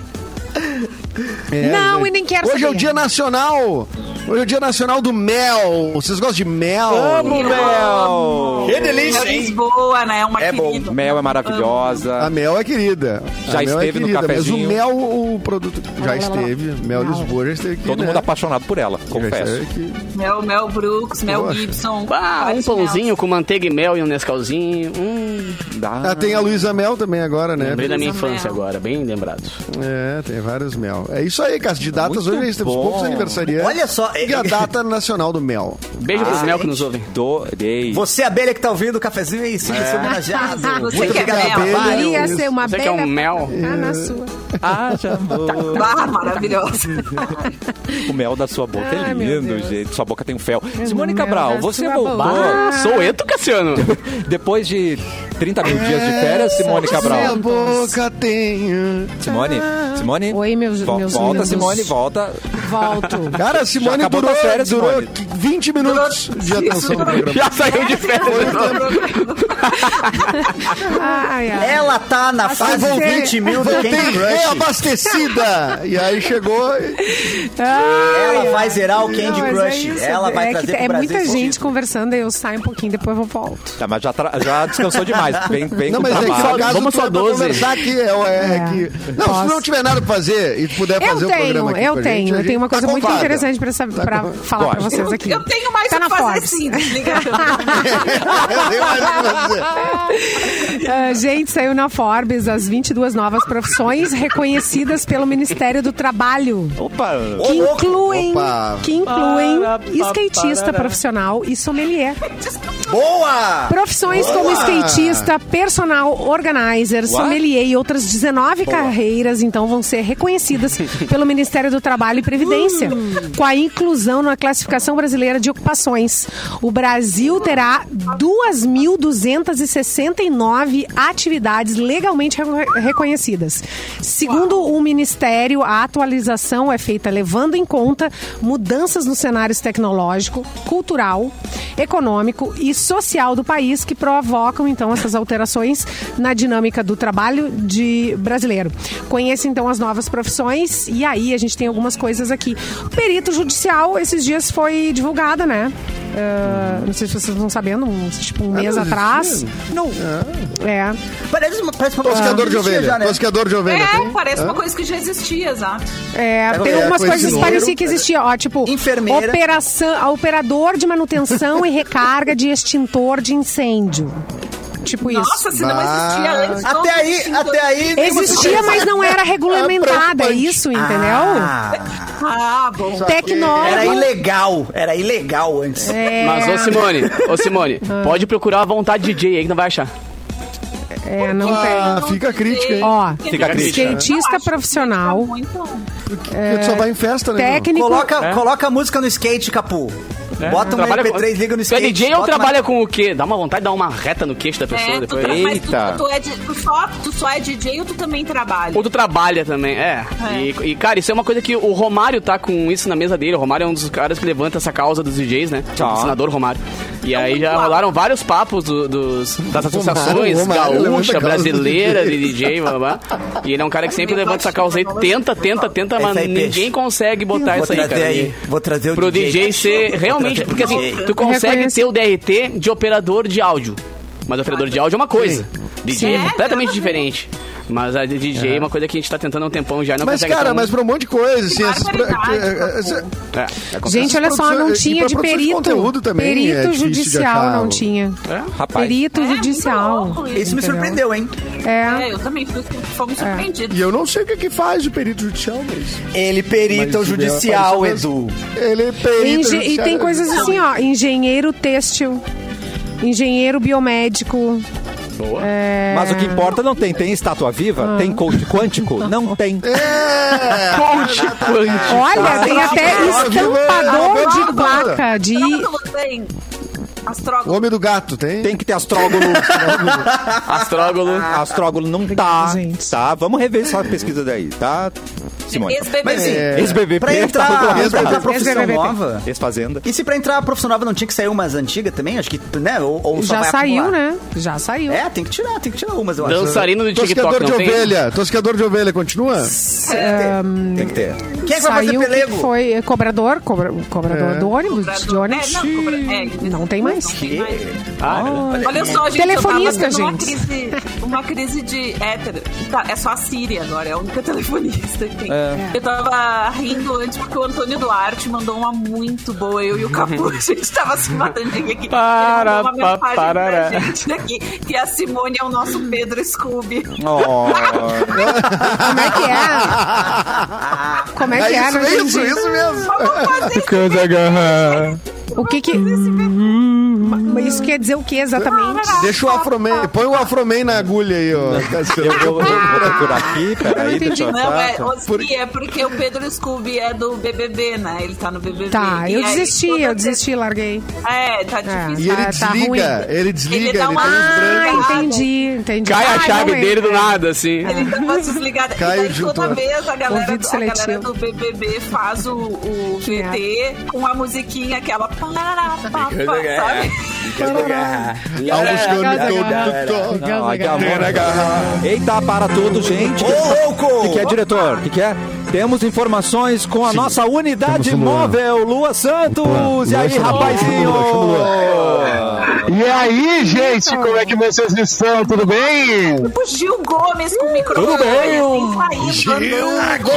Speaker 3: É,
Speaker 4: Não, e nem quero
Speaker 3: Hoje é o
Speaker 4: saber.
Speaker 3: dia nacional. Hoje é o dia nacional do mel. Vocês gostam de mel?
Speaker 1: Amo, Mel!
Speaker 6: Que
Speaker 5: É Lisboa, né? Uma
Speaker 6: É bom.
Speaker 5: querida.
Speaker 1: Mel Oh, é maravilhosa.
Speaker 3: A mel é querida.
Speaker 1: Já
Speaker 3: a mel
Speaker 1: esteve
Speaker 3: é
Speaker 1: no
Speaker 3: querida, Mas o
Speaker 1: cafezinho.
Speaker 3: mel, o produto. Já esteve. Mel Lisboa já esteve aqui.
Speaker 1: Todo
Speaker 3: né?
Speaker 1: mundo apaixonado por ela,
Speaker 3: Já
Speaker 1: confesso.
Speaker 3: esteve aqui.
Speaker 5: Mel, Mel Brooks, Mel
Speaker 3: Poxa.
Speaker 5: Gibson.
Speaker 2: Ah, um
Speaker 5: vários
Speaker 2: pãozinho com manteiga e mel e um Nescauzinho. Hum,
Speaker 1: Dá.
Speaker 3: Ah, tem a Luísa Mel também agora, né?
Speaker 2: lembrei da minha
Speaker 5: Beleza,
Speaker 2: infância
Speaker 5: mel.
Speaker 2: agora, bem lembrado.
Speaker 3: É, tem vários mel. É isso aí, Cássio. De datas,
Speaker 1: Muito
Speaker 3: hoje nós temos
Speaker 1: bom.
Speaker 3: poucos aniversariantes.
Speaker 6: Olha só, é-
Speaker 3: E a data nacional do mel.
Speaker 2: Beijo pros mel que nos ouvem.
Speaker 1: Adorei.
Speaker 6: Você, abelha que tá ouvindo o cafezinho aí,
Speaker 3: É.
Speaker 6: sinta ser homenageado.
Speaker 5: Você
Speaker 6: Muito
Speaker 5: que é
Speaker 6: obrigado,
Speaker 5: mel.
Speaker 6: Trabalho.
Speaker 4: Queria ser uma
Speaker 2: Você
Speaker 4: bela.
Speaker 2: que é um mel?
Speaker 4: Ah, na sua.
Speaker 1: Haja amor.
Speaker 5: Barra maravilhosa.
Speaker 1: O mel da sua boca é
Speaker 4: Ai, meu
Speaker 1: lindo,
Speaker 4: Deus.
Speaker 1: gente. Sua boca tem um fel. Simone
Speaker 4: mel
Speaker 1: Cabral,
Speaker 4: da
Speaker 1: você
Speaker 4: sua
Speaker 1: voltou
Speaker 4: boca.
Speaker 2: Ah, sou eu, Cassiano.
Speaker 1: depois de 30 mil dias de férias, Simone
Speaker 3: Minha
Speaker 1: Cabral.
Speaker 3: boca tem.
Speaker 1: Simone, Simone.
Speaker 4: Oi, meus-
Speaker 1: vo-
Speaker 4: meus
Speaker 1: Volta,
Speaker 4: lindos.
Speaker 1: Simone, volta.
Speaker 4: Volto.
Speaker 3: Cara, a
Speaker 1: Já
Speaker 3: Simone
Speaker 1: acabou
Speaker 3: durou,
Speaker 1: tuas férias,
Speaker 3: durou
Speaker 1: Simone?
Speaker 3: 20 minutos de atenção no programa.
Speaker 2: Já saiu de férias.
Speaker 4: Ai, ai.
Speaker 6: Ela tá
Speaker 4: Assim
Speaker 6: na fase
Speaker 3: voltei-
Speaker 6: 20 mil do
Speaker 3: Voltei
Speaker 6: Candy Crush.
Speaker 3: reabastecida! é. e aí chegou. e-
Speaker 6: Ela vai zerar o Candy
Speaker 4: Não, mas
Speaker 6: Crush.
Speaker 4: é isso.
Speaker 6: Ela vai
Speaker 4: é
Speaker 6: trazer
Speaker 4: que
Speaker 6: pro
Speaker 4: É
Speaker 6: Brasil
Speaker 4: muita
Speaker 6: esse
Speaker 4: gente
Speaker 6: título.
Speaker 4: conversando, aí eu saio um pouquinho, depois eu volto.
Speaker 1: Tá, mas já, tra- já descansou demais. Vem, vem
Speaker 3: Não,
Speaker 1: com
Speaker 3: mas é que
Speaker 1: trabalho.
Speaker 3: no caso
Speaker 2: vamos
Speaker 3: tu
Speaker 2: só
Speaker 3: é pra
Speaker 2: 12.
Speaker 3: conversar aqui. É, é, que- Não, se
Speaker 4: Posso?
Speaker 3: não tiver nada pra fazer e tu puder fazer
Speaker 4: Eu
Speaker 3: o programa
Speaker 4: tenho,
Speaker 3: aqui com
Speaker 4: eu
Speaker 3: a gente,
Speaker 4: tenho.
Speaker 3: a
Speaker 4: Eu tenho uma
Speaker 3: gente
Speaker 4: coisa
Speaker 3: tá
Speaker 4: muito
Speaker 3: convada.
Speaker 4: interessante pra, saber, pra falar pra
Speaker 1: Pode.
Speaker 4: vocês aqui.
Speaker 5: Eu tenho mais
Speaker 4: tá
Speaker 5: o
Speaker 4: na
Speaker 5: que fazer,
Speaker 4: Forbes.
Speaker 5: sim. desliga.
Speaker 3: Eu tenho mais o que fazer.
Speaker 4: Ah, gente, saiu na Forbes as 22 novas profissões reconhecidas pelo Ministério do Trabalho.
Speaker 1: Opa!
Speaker 4: Que incluem,
Speaker 3: Opa.
Speaker 4: que incluem
Speaker 2: Para, pa,
Speaker 4: skatista
Speaker 2: parará.
Speaker 4: profissional e sommelier.
Speaker 6: Boa!
Speaker 4: Profissões como skatista, personal organizer, sommelier e outras 19 carreiras, então, vão ser reconhecidas pelo Ministério do Trabalho e Previdência, com a inclusão na classificação brasileira de ocupações. O Brasil terá 2.269 atividades legalmente reco- reconhecidas. Segundo o Ministério, a atualização é feita levando em conta mudanças nos cenários tecnológico, cultural, econômico e social do país que provocam então essas alterações na dinâmica do trabalho de brasileiro. Conheça então as novas profissões e aí a gente tem algumas coisas aqui. O perito judicial esses dias foi divulgada, né? ah, não sei se vocês estão sabendo, uns, tipo um mês atrás.
Speaker 6: Não.
Speaker 4: É.
Speaker 6: Parece uma, parece uma
Speaker 3: Tosqueador de
Speaker 6: que existia
Speaker 3: ovelha.
Speaker 6: já, né?
Speaker 3: Tosqueador de ovelha.
Speaker 5: É,
Speaker 3: tem?
Speaker 5: parece uma coisa que já existia, exato.
Speaker 4: É, tem
Speaker 6: é,
Speaker 4: algumas
Speaker 3: Tá coisa
Speaker 4: coisas
Speaker 3: de
Speaker 4: que
Speaker 3: número,
Speaker 4: parecia que existia, ó, tipo,
Speaker 6: Enfermeira.
Speaker 4: operação, a operador de manutenção e recarga de extintor de incêndio. Tipo
Speaker 5: Nossa,
Speaker 4: isso.
Speaker 5: se não existia antes. não
Speaker 6: Até aí,
Speaker 5: existia.
Speaker 6: até aí. tem uma
Speaker 4: Existia, mas não era regulamentada, é
Speaker 3: preocupante.
Speaker 4: isso, entendeu?
Speaker 6: Ah,
Speaker 5: Ah, bom.
Speaker 6: era
Speaker 4: Tecnólogo.
Speaker 6: ilegal. Era ilegal antes.
Speaker 4: É,
Speaker 2: Mas, ô Simone, ô Simone, pode procurar à vontade DJ aí que não vai achar.
Speaker 4: é, não tem.
Speaker 3: Ah, fica a crítica, hein?
Speaker 4: Ó,
Speaker 5: Fica
Speaker 2: a crítica.
Speaker 4: skatista profissional,
Speaker 5: Muito.
Speaker 3: Porque
Speaker 4: É.
Speaker 3: tu só vai em festa, né? meu?
Speaker 4: técnico.
Speaker 6: Coloca, coloca a música no skate, Capu. Bota um
Speaker 2: Trabalha
Speaker 6: MP3,
Speaker 2: com-
Speaker 6: liga no
Speaker 2: Tu é
Speaker 6: skate.
Speaker 2: DJ ou
Speaker 6: bota uma-
Speaker 2: trabalha com o quê? Dá uma vontade de dar uma reta no queixo da pessoa
Speaker 5: É, tu,
Speaker 2: depois.
Speaker 5: tra- mas tu-
Speaker 1: Eita.
Speaker 5: tu é de- tu só, tu só é DJ ou tu também trabalha?
Speaker 2: Ou tu trabalha também, é.
Speaker 5: É.
Speaker 2: E, e, cara, isso é uma coisa que o Romário tá com isso na mesa dele. O Romário é um dos caras que levanta essa causa dos DJs, né?
Speaker 1: Tá.
Speaker 2: O senador Romário. E aí
Speaker 5: muito
Speaker 2: já
Speaker 5: alto.
Speaker 2: rolaram vários papos do- dos, das associações
Speaker 3: o Romário levanta a
Speaker 2: gaúcha,
Speaker 3: causa dos
Speaker 2: brasileira de
Speaker 3: DJs.
Speaker 2: DJ, blá, blá. E ele é um cara que sempre
Speaker 5: Verdade,
Speaker 2: levanta essa causa aí.
Speaker 5: não,
Speaker 2: Tenta, tenta, tenta, mas
Speaker 6: Essa aí, é peixe.
Speaker 2: ninguém consegue botar
Speaker 6: Vou
Speaker 2: isso aí,
Speaker 6: trazer
Speaker 2: cara.
Speaker 6: aí. Vou trazer o
Speaker 2: Pro
Speaker 6: DJ.
Speaker 2: DJ ser
Speaker 6: Vou
Speaker 2: realmente,
Speaker 6: trazer
Speaker 2: porque
Speaker 6: o
Speaker 2: assim,
Speaker 6: DJ.
Speaker 2: tu consegue
Speaker 4: Reconhece-
Speaker 2: ter o DRT de operador de áudio. Mas operador de áudio é uma coisa. DJ
Speaker 5: Sim.
Speaker 2: é
Speaker 5: É,
Speaker 2: completamente
Speaker 5: nada a ver.
Speaker 2: diferente. Mas a de DJ é uma coisa que a gente tá tentando há um tempão já e não
Speaker 3: Mas,
Speaker 2: consegue.
Speaker 3: cara,
Speaker 2: então-
Speaker 3: mas pra um monte de coisa, assim,
Speaker 5: Que
Speaker 3: esses pra-
Speaker 5: barbaridade,
Speaker 3: que-
Speaker 5: Capu.
Speaker 3: essa-
Speaker 2: É, é complicado.
Speaker 4: Gente, olha só,
Speaker 3: produção-
Speaker 4: não
Speaker 3: e pra
Speaker 4: tinha de
Speaker 3: produção de
Speaker 4: perito.
Speaker 3: conteúdo também é
Speaker 4: perito
Speaker 3: difícil de
Speaker 4: judicial
Speaker 3: achar
Speaker 4: não
Speaker 3: o-
Speaker 4: tinha.
Speaker 1: Rapaz.
Speaker 4: Perito
Speaker 5: É, muito
Speaker 4: judicial.
Speaker 5: louco
Speaker 6: Isso me
Speaker 4: entendeu?
Speaker 6: surpreendeu, hein?
Speaker 4: É.
Speaker 5: É, eu também fui, fomos surpreendidos.
Speaker 3: E eu não sei o que, é que faz o perito judicial, mas...
Speaker 6: Ele
Speaker 3: mas
Speaker 6: perita o
Speaker 3: se der,
Speaker 6: judicial,
Speaker 3: aparece-
Speaker 6: Edu.
Speaker 3: Ele é perito
Speaker 4: Engen- e
Speaker 3: judicial.
Speaker 4: tem coisas assim, ó, engenheiro têxtil, engenheiro biomédico. É.
Speaker 1: Mas o que importa não tem. Tem estátua
Speaker 4: Ah.
Speaker 1: viva? Tem coach quântico? Não tem.
Speaker 3: É!
Speaker 2: Coach quântico.
Speaker 4: Olha, tem até estampador
Speaker 3: Astrólogo, velho,
Speaker 4: de
Speaker 3: astrólogo.
Speaker 4: placa de
Speaker 5: Tá Astrólogo tem.
Speaker 3: O
Speaker 5: Astrólogo.
Speaker 3: homem do gato, tem?
Speaker 1: Tem que ter astrólogo.
Speaker 2: Astrógolo.
Speaker 1: astrólogo não tá.
Speaker 4: Gente.
Speaker 1: Tá, vamos rever essa pesquisa daí, tá? Simone.
Speaker 5: Ex-BBB.
Speaker 6: Mas assim,
Speaker 1: Ex-BBB
Speaker 6: pra entrar,
Speaker 1: tá
Speaker 6: pra entrar
Speaker 1: regulamentado.
Speaker 6: pra profissão
Speaker 4: Ex-BBB.
Speaker 6: nova...
Speaker 1: Ex-fazenda.
Speaker 6: E se pra entrar a profissão nova não tinha que sair umas antigas também? Acho que, né? Ou, ou só
Speaker 4: já
Speaker 6: vai
Speaker 4: saiu,
Speaker 6: acumular.
Speaker 4: né? Já saiu.
Speaker 6: É, tem que tirar, tem que tirar umas, eu acho.
Speaker 2: Dançarino do TikTok,
Speaker 3: Tosqueador de
Speaker 2: não tem?
Speaker 3: ovelha. Tosqueador de ovelha, continua?
Speaker 1: Tem que ter.
Speaker 6: Quem é que vai fazer
Speaker 4: saiu que
Speaker 6: pelego?
Speaker 4: foi cobrador, cobra- cobrador do ônibus, de ônibus.
Speaker 5: É, não, cobra- é,
Speaker 4: Não tem mais.
Speaker 5: Não tem mais.
Speaker 2: Ah,
Speaker 5: Olha só, gente.
Speaker 4: Telefonista,
Speaker 5: eu tava tendo
Speaker 4: gente.
Speaker 5: Uma crise, uma crise de hétero. Tá, é só a Síria agora, é a única telefonista que tem. Eu tava rindo antes porque o Antônio Duarte mandou uma muito boa. Eu e o Capu, a gente tava se matando de rir aqui.
Speaker 2: Para,
Speaker 5: Ele mandou uma
Speaker 2: pa,
Speaker 5: mensagem
Speaker 2: parará.
Speaker 5: pra gente aqui que a Simone é o nosso Pedro Scooby.
Speaker 4: Como é que é? Como é que é?
Speaker 3: isso,
Speaker 4: Não
Speaker 3: mesmo,
Speaker 4: entendi.
Speaker 3: isso mesmo.
Speaker 5: Vamos fazer esse
Speaker 4: O que que... Mas Isso quer dizer o que exatamente?
Speaker 3: Deixa o Afroman. Põe o Afroman na agulha aí, ó.
Speaker 1: Eu, eu- eu vou procurar aqui, peraí,
Speaker 4: entendi.
Speaker 1: deixa eu
Speaker 5: Não, é,
Speaker 1: achar.
Speaker 5: o Sim, é porque o Pedro Scooby é do BBB, né? Ele tá no BBB.
Speaker 4: Tá,
Speaker 5: E
Speaker 4: eu
Speaker 5: aí,
Speaker 4: desisti,
Speaker 5: toda
Speaker 4: eu
Speaker 5: vez-
Speaker 4: desisti, larguei.
Speaker 5: É, tá difícil.
Speaker 3: E ele
Speaker 4: Tá- tá
Speaker 3: desliga,
Speaker 4: ruim.
Speaker 3: ele desliga,
Speaker 5: Ele
Speaker 3: ele,
Speaker 5: dá uma-
Speaker 3: tem uns brancos.
Speaker 5: Ah,
Speaker 4: Ah, entendi, entendi.
Speaker 2: Cai
Speaker 4: Ah,
Speaker 2: a chave
Speaker 4: não
Speaker 2: dele do
Speaker 4: entra.
Speaker 2: nada, assim.
Speaker 5: Ele dá uma desligada.
Speaker 3: Cai
Speaker 5: e daí
Speaker 3: o disjuntor.
Speaker 5: toda vez a galera,
Speaker 4: Ouvido
Speaker 5: a galera
Speaker 4: seletivo.
Speaker 5: do BBB faz o, o
Speaker 4: Que
Speaker 5: VT com a musiquinha aquela. parará, pá, pá, Sabe?
Speaker 3: Algo que eu
Speaker 4: Casa
Speaker 3: não tô-
Speaker 1: Não, aqui, amor.
Speaker 3: Era garrafa.
Speaker 1: Eita, para tudo, gente.
Speaker 6: Ô, louco!
Speaker 1: O que que é, diretor? O que, que é? Temos informações com a nossa unidade
Speaker 3: Temos o Luan.
Speaker 1: móvel, Lua Santos. e aí,
Speaker 3: Santos,
Speaker 1: rapazinho?
Speaker 3: chama o Luan,
Speaker 7: E aí, gente, como é que vocês estão? Tudo bem?
Speaker 5: Tipo Gil Gomes com o microfone.
Speaker 1: Tudo bem,
Speaker 5: assim, saindo, andando.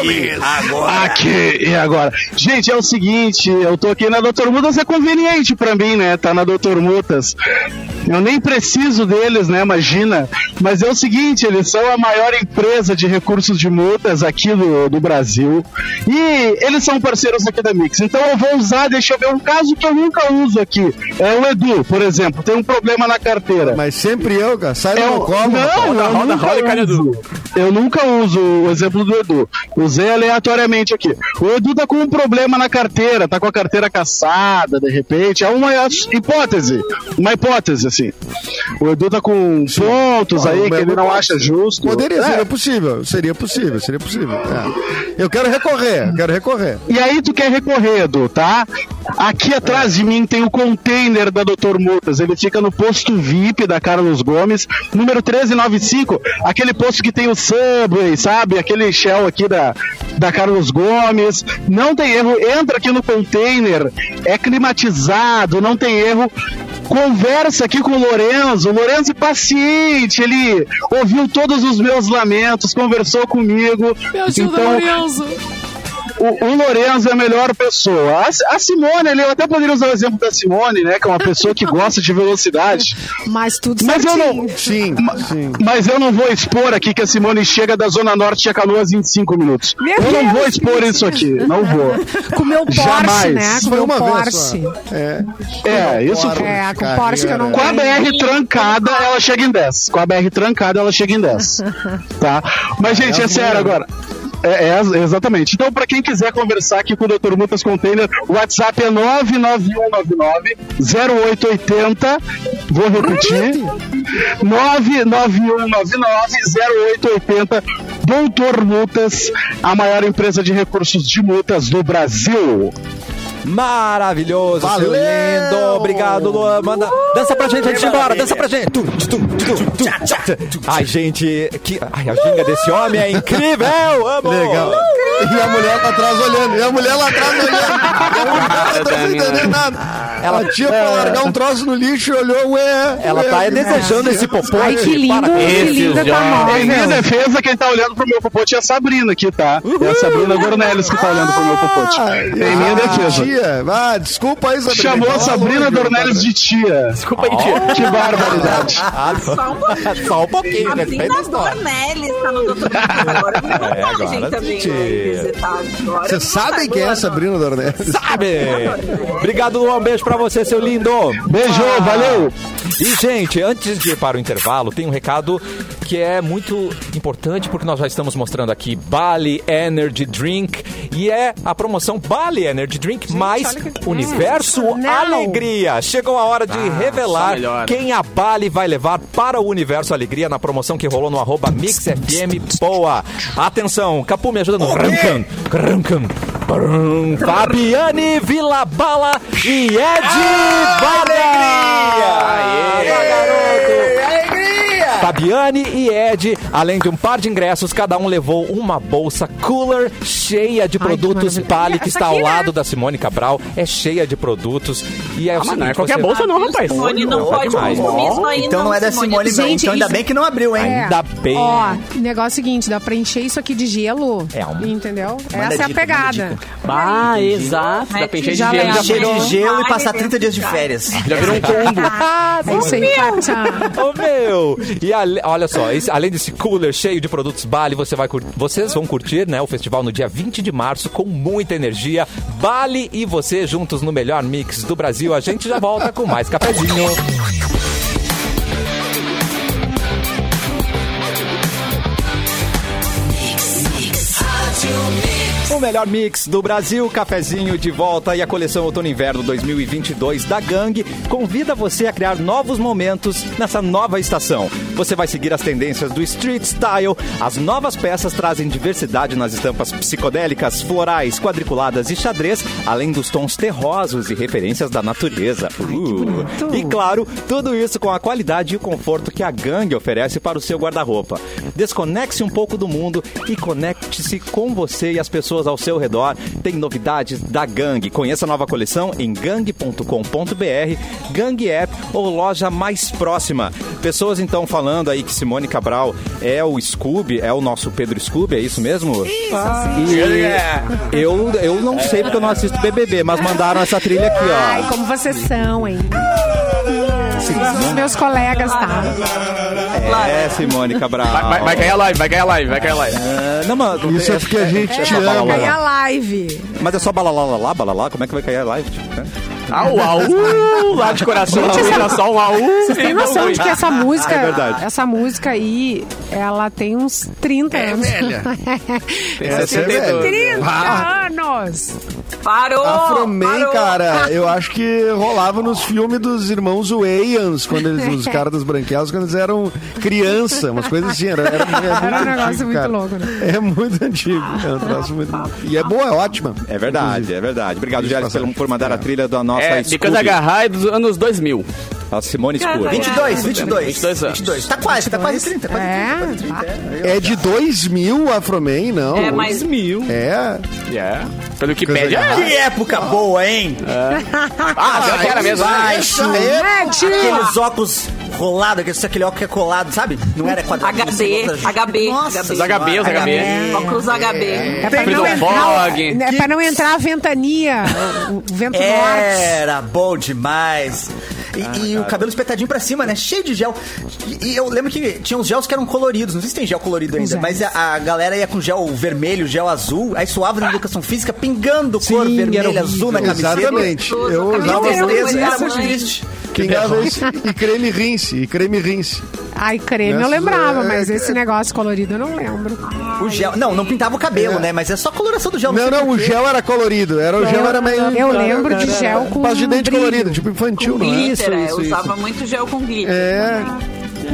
Speaker 7: Aqui e agora? Gente, é o seguinte, eu tô aqui na Doutor Mudas, é conveniente pra mim, né? Tá na Doutor Mutas. Eu nem preciso deles, né? Imagina. Mas é o seguinte, eles são a maior empresa de recursos de multas aqui do, do Brasil. E eles são parceiros aqui da Mix. Então eu vou usar, deixa eu ver, um caso que eu nunca uso aqui. É o Edu, por exemplo, tem um problema na carteira.
Speaker 3: Mas sempre eu, cara. Sai do
Speaker 7: Eu-
Speaker 3: meu colo.
Speaker 7: É Não, eu
Speaker 2: roda,
Speaker 7: nunca
Speaker 2: roda, cara, Edu.
Speaker 7: uso. Eu nunca uso o exemplo do Edu. Usei aleatoriamente aqui. O Edu tá com um problema na carteira, tá com a carteira caçada, de repente. É uma hipótese. Uma hipótese, assim. O Edu tá com pontos aí que ele não acha justo.
Speaker 3: Poderia,
Speaker 7: É.
Speaker 3: seria possível. Seria possível, seria possível. É. Eu quero recorrer, eu quero recorrer.
Speaker 7: E aí tu quer recorrer, Edu, tá? Aqui atrás de mim tem o container da Dr. Mutas. Ele fica no posto VIP da Carlos Gomes, número 1395. Aquele posto que tem o Subway, sabe? Aquele Shell aqui da, da Carlos Gomes. Não tem erro, entra aqui no container, é climatizado, não tem erro. Conversa aqui com o Lorenzo, o Lorenzo é paciente, ele ouviu todos os meus lamentos, conversou comigo. então, o, o Lorenzo é a melhor pessoa. A, a Simone, ali, eu até poderia usar o exemplo da Simone, né? Que é uma pessoa que gosta de velocidade.
Speaker 4: Mas tudo
Speaker 7: Mas eu
Speaker 4: certinho.
Speaker 7: não,
Speaker 3: Sim, sim.
Speaker 7: mas eu não vou expor aqui que a Simone chega da Zona Norte a Canoas em 5 minutos.
Speaker 4: Meu
Speaker 7: eu não
Speaker 4: Deus,
Speaker 7: vou expor isso aqui, não vou.
Speaker 4: Com o meu Porsche,
Speaker 7: Jamais.
Speaker 4: né? Com o
Speaker 3: Foi
Speaker 4: meu
Speaker 3: uma vez
Speaker 4: Porsche.
Speaker 3: só. É.
Speaker 7: É, isso foi.
Speaker 4: É, com o Porsche que eu não
Speaker 7: Com a
Speaker 4: tenho.
Speaker 7: BR trancada, ela chega em 10. Com a BR trancada, ela chega em 10. Tá? Mas, gente, é sério agora. É, é, exatamente. Então, para quem quiser conversar aqui com o Dr. Mutas Container, o WhatsApp é 99199-0880. Vou repetir. 99199-0880. Doutor Mutas, a maior empresa de recursos de multas do Brasil.
Speaker 1: Maravilhoso,
Speaker 3: Valeu!
Speaker 1: seu lindo. Obrigado, Luan. Manda, dança pra gente antes de ir embora. Dança pra gente. Tu, tu, tu, tu, tu, tu. Ai, gente, que, ai, a ginga desse homem é incrível. Amo.
Speaker 3: Legal. E a mulher lá atrás olhando. E a mulher lá atrás olhando. E a mulher lá atrás não entendendo nada. Ela tinha pra largar um troço no lixo e olhou, ué.
Speaker 1: Ela
Speaker 3: ué,
Speaker 1: tá
Speaker 3: ué.
Speaker 1: desejando esse popô.
Speaker 4: Ai, que lindo, que
Speaker 2: Esses
Speaker 1: é
Speaker 4: linda tá
Speaker 7: Em minha
Speaker 4: móvel.
Speaker 7: defesa, quem tá olhando pro meu popote é a Sabrina aqui, tá? É a Sabrina Dornelles que tá olhando pro meu popote. Em minha
Speaker 3: Ah,
Speaker 7: defesa.
Speaker 3: tia. Ah, desculpa aí, Sabrina.
Speaker 7: Chamou a
Speaker 3: Fala
Speaker 7: Sabrina
Speaker 3: longe,
Speaker 7: Dornelles de tia.
Speaker 2: Desculpa aí,
Speaker 3: Oh.
Speaker 2: tio.
Speaker 7: Que barbaridade.
Speaker 5: Só um pouquinho.
Speaker 1: Só um pouquinho, respeita a
Speaker 5: Sabrina
Speaker 1: história.
Speaker 5: Dornelles tá no doutor agora.
Speaker 1: É, agora
Speaker 5: É, agora também,
Speaker 1: sim.
Speaker 5: né, visitar agora.
Speaker 3: Vocês sabem quem é a Sabrina Dornelles?
Speaker 1: Sabe? Obrigado, Luan. Um beijo pra você, seu lindo.
Speaker 7: Beijo, valeu.
Speaker 1: E, gente, antes de ir para o intervalo, tem um recado que é muito importante, porque nós já estamos mostrando aqui Bali Energy Drink. E é a promoção Bali Energy Drink mais Universo Alegria. Chegou a hora de revelar
Speaker 8: melhor.
Speaker 1: quem a Bali vai levar para o Universo Alegria na promoção que rolou no arroba Mix FM Boa. Atenção, Capu, me ajuda no Rancan. Rancan. Brum. Fabiane Vilabala e Ed Alegria! Aê, garoto! Fabiane e Ed, além de um par de ingressos, cada um levou uma bolsa cooler cheia de produtos
Speaker 4: maravilha.
Speaker 1: Pali, que
Speaker 4: Essa
Speaker 1: está ao
Speaker 4: aqui, né?
Speaker 1: lado da Simone Cabral. É cheia de produtos. E é o
Speaker 2: Mas não é
Speaker 1: seguinte,
Speaker 2: qualquer
Speaker 1: você-
Speaker 2: bolsa não, rapaz.
Speaker 5: Simone não
Speaker 1: Não,
Speaker 5: pode
Speaker 1: demais.
Speaker 5: consumismo ainda.
Speaker 6: Então não é da Simone mesmo.
Speaker 4: Gente,
Speaker 6: Então ainda
Speaker 4: isso-
Speaker 6: bem que não abriu, hein?
Speaker 4: É.
Speaker 1: Ainda bem.
Speaker 4: Ó, negócio é seguinte, dá pra encher isso aqui de gelo.
Speaker 1: É, um-
Speaker 4: Entendeu? Essa é a
Speaker 6: dica,
Speaker 4: pegada.
Speaker 2: Ah, exato. Dá pra encher de
Speaker 4: Já
Speaker 2: gelo.
Speaker 4: leva.
Speaker 2: Já
Speaker 6: Cheio
Speaker 2: virou,
Speaker 6: de gelo e passar
Speaker 5: Ai,
Speaker 6: 30 dias de
Speaker 5: cara. Tá
Speaker 6: férias.
Speaker 2: já virou um combo.
Speaker 1: tá.
Speaker 4: É isso aí, Kátia.
Speaker 1: Ah, Ô meu! E ale- olha só, esse- além desse cooler cheio de produtos Bali, você vai cur- vocês vão curtir né, o festival no dia 20 de março com muita energia. Bali e você juntos no melhor mix do Brasil. A gente já volta com mais cafezinho. O melhor mix do Brasil, cafezinho de volta e a coleção Outono e Inverno 2022 da Gang convida você a criar novos momentos nessa nova estação. Você vai seguir as tendências do street style. As novas peças trazem diversidade nas estampas psicodélicas, florais, quadriculadas e xadrez, além dos tons terrosos e referências da natureza. Uh. E claro, tudo isso com a qualidade e o conforto que a Gang oferece para o seu guarda-roupa. Desconecte-se um pouco do mundo e conecte-se com você e as pessoas ao seu redor. Tem novidades da Gang. Conheça a nova coleção em gang.com.br, Gang App ou loja mais próxima. Pessoas então falando aí que Simone Cabral é o Scooby, é o nosso Pedro Scooby, é isso mesmo? Ah.
Speaker 3: É.
Speaker 1: E eu, eu não sei porque eu não assisto BBB, mas mandaram essa trilha aqui, ó.
Speaker 4: Ai, como vocês são, hein? Os meus colegas, tá?
Speaker 1: É, Simone Cabral.
Speaker 8: Vai, vai- vai cair a live, vai cair a live, vai cair a live.
Speaker 1: Ah, não, mano,
Speaker 3: Isso é porque a gente te
Speaker 1: Ela
Speaker 3: ama.
Speaker 1: falou.
Speaker 4: Ganhar live.
Speaker 1: Mas é só balalalá, balalá, como é que vai cair a live? Tipo, né?
Speaker 8: Au, au, Tá lá de coração, lá de coração, au.
Speaker 4: Vocês têm noção de que essa música,
Speaker 1: É verdade.
Speaker 4: essa música aí, ela tem uns 30
Speaker 1: É
Speaker 4: anos.
Speaker 3: Essa é velha.
Speaker 4: 30
Speaker 3: Ah.
Speaker 4: anos!
Speaker 5: Parou!
Speaker 4: Oh,
Speaker 3: Afroman,
Speaker 5: parou.
Speaker 3: cara, eu acho que rolava nos filmes dos irmãos Wayans, quando eles, os caras dos branquelos, quando eles eram criança, umas coisas assim. Era, era,
Speaker 4: Era um negócio muito
Speaker 3: cara.
Speaker 4: louco, né?
Speaker 3: É muito antigo. É um troço muito. E é boa, é ótima.
Speaker 1: É verdade, é verdade. Obrigado, Gélis, pelo- por mandar a trilha da nossa
Speaker 8: É,
Speaker 1: Scooby.
Speaker 8: de Canagarra é dos anos 2000.
Speaker 1: A Simone Escura.
Speaker 6: 22, 22.
Speaker 2: 22 anos.
Speaker 6: 22. Tá quase, tá quase 30. Quase 30.
Speaker 4: É,
Speaker 3: É de 2000 Afroman, não?
Speaker 5: É, mas
Speaker 1: mil.
Speaker 3: É.
Speaker 8: Yeah. Pelo que pede.
Speaker 3: legal.
Speaker 8: é.
Speaker 6: Que época boa, hein?
Speaker 8: Ah, será que era mesmo?
Speaker 6: Vai, chulé.
Speaker 4: Mete!
Speaker 6: é. Aqueles óculos rolados, aquele, aquele óculos que é colado, sabe? Não era quadrado.
Speaker 5: HD,
Speaker 6: não sei, outra-
Speaker 5: HB,
Speaker 6: Nossa,
Speaker 5: HB.
Speaker 8: Os HB, os HB.
Speaker 5: É, Óculos HB.
Speaker 4: É pra,
Speaker 8: Prison
Speaker 4: não entrar,
Speaker 8: Fog.
Speaker 4: é pra não entrar a ventania, o- o vento
Speaker 6: É.
Speaker 4: norte.
Speaker 6: Era bom demais. E, e o cabelo espetadinho pra cima, né? Cheio de gel. E, e eu lembro que tinha uns gels que eram coloridos. Não sei se tem gel colorido ainda,
Speaker 4: Os
Speaker 6: mas a, a galera ia com gel vermelho, gel azul. Aí suava na educação física, pingando cor vermelha, azul na camiseta.
Speaker 3: Exatamente. Eu
Speaker 5: Tudo,
Speaker 3: usava
Speaker 5: cabelo
Speaker 3: vezes,
Speaker 5: vermelho,
Speaker 6: Era
Speaker 5: azul.
Speaker 6: muito triste.
Speaker 3: pingava esse- e creme rinse, e creme rinse.
Speaker 4: Ai, creme, eu
Speaker 3: Nessas,
Speaker 4: lembrava,
Speaker 3: é,
Speaker 4: mas
Speaker 3: é,
Speaker 4: esse negócio colorido eu não lembro.
Speaker 6: O gel. Não, não pintava o cabelo, né? Mas é só a coloração do gel.
Speaker 3: Não,
Speaker 6: sei
Speaker 3: não, o
Speaker 6: porquê.
Speaker 3: gel era colorido, era o gel era meio
Speaker 4: eu lembro de gel com
Speaker 3: pasta de dente
Speaker 4: brilho.
Speaker 3: colorido, tipo infantil,
Speaker 5: Com
Speaker 3: não é?
Speaker 5: glitter,
Speaker 1: Isso,
Speaker 5: é,
Speaker 1: isso,
Speaker 5: usava muito gel com glitter.
Speaker 3: É.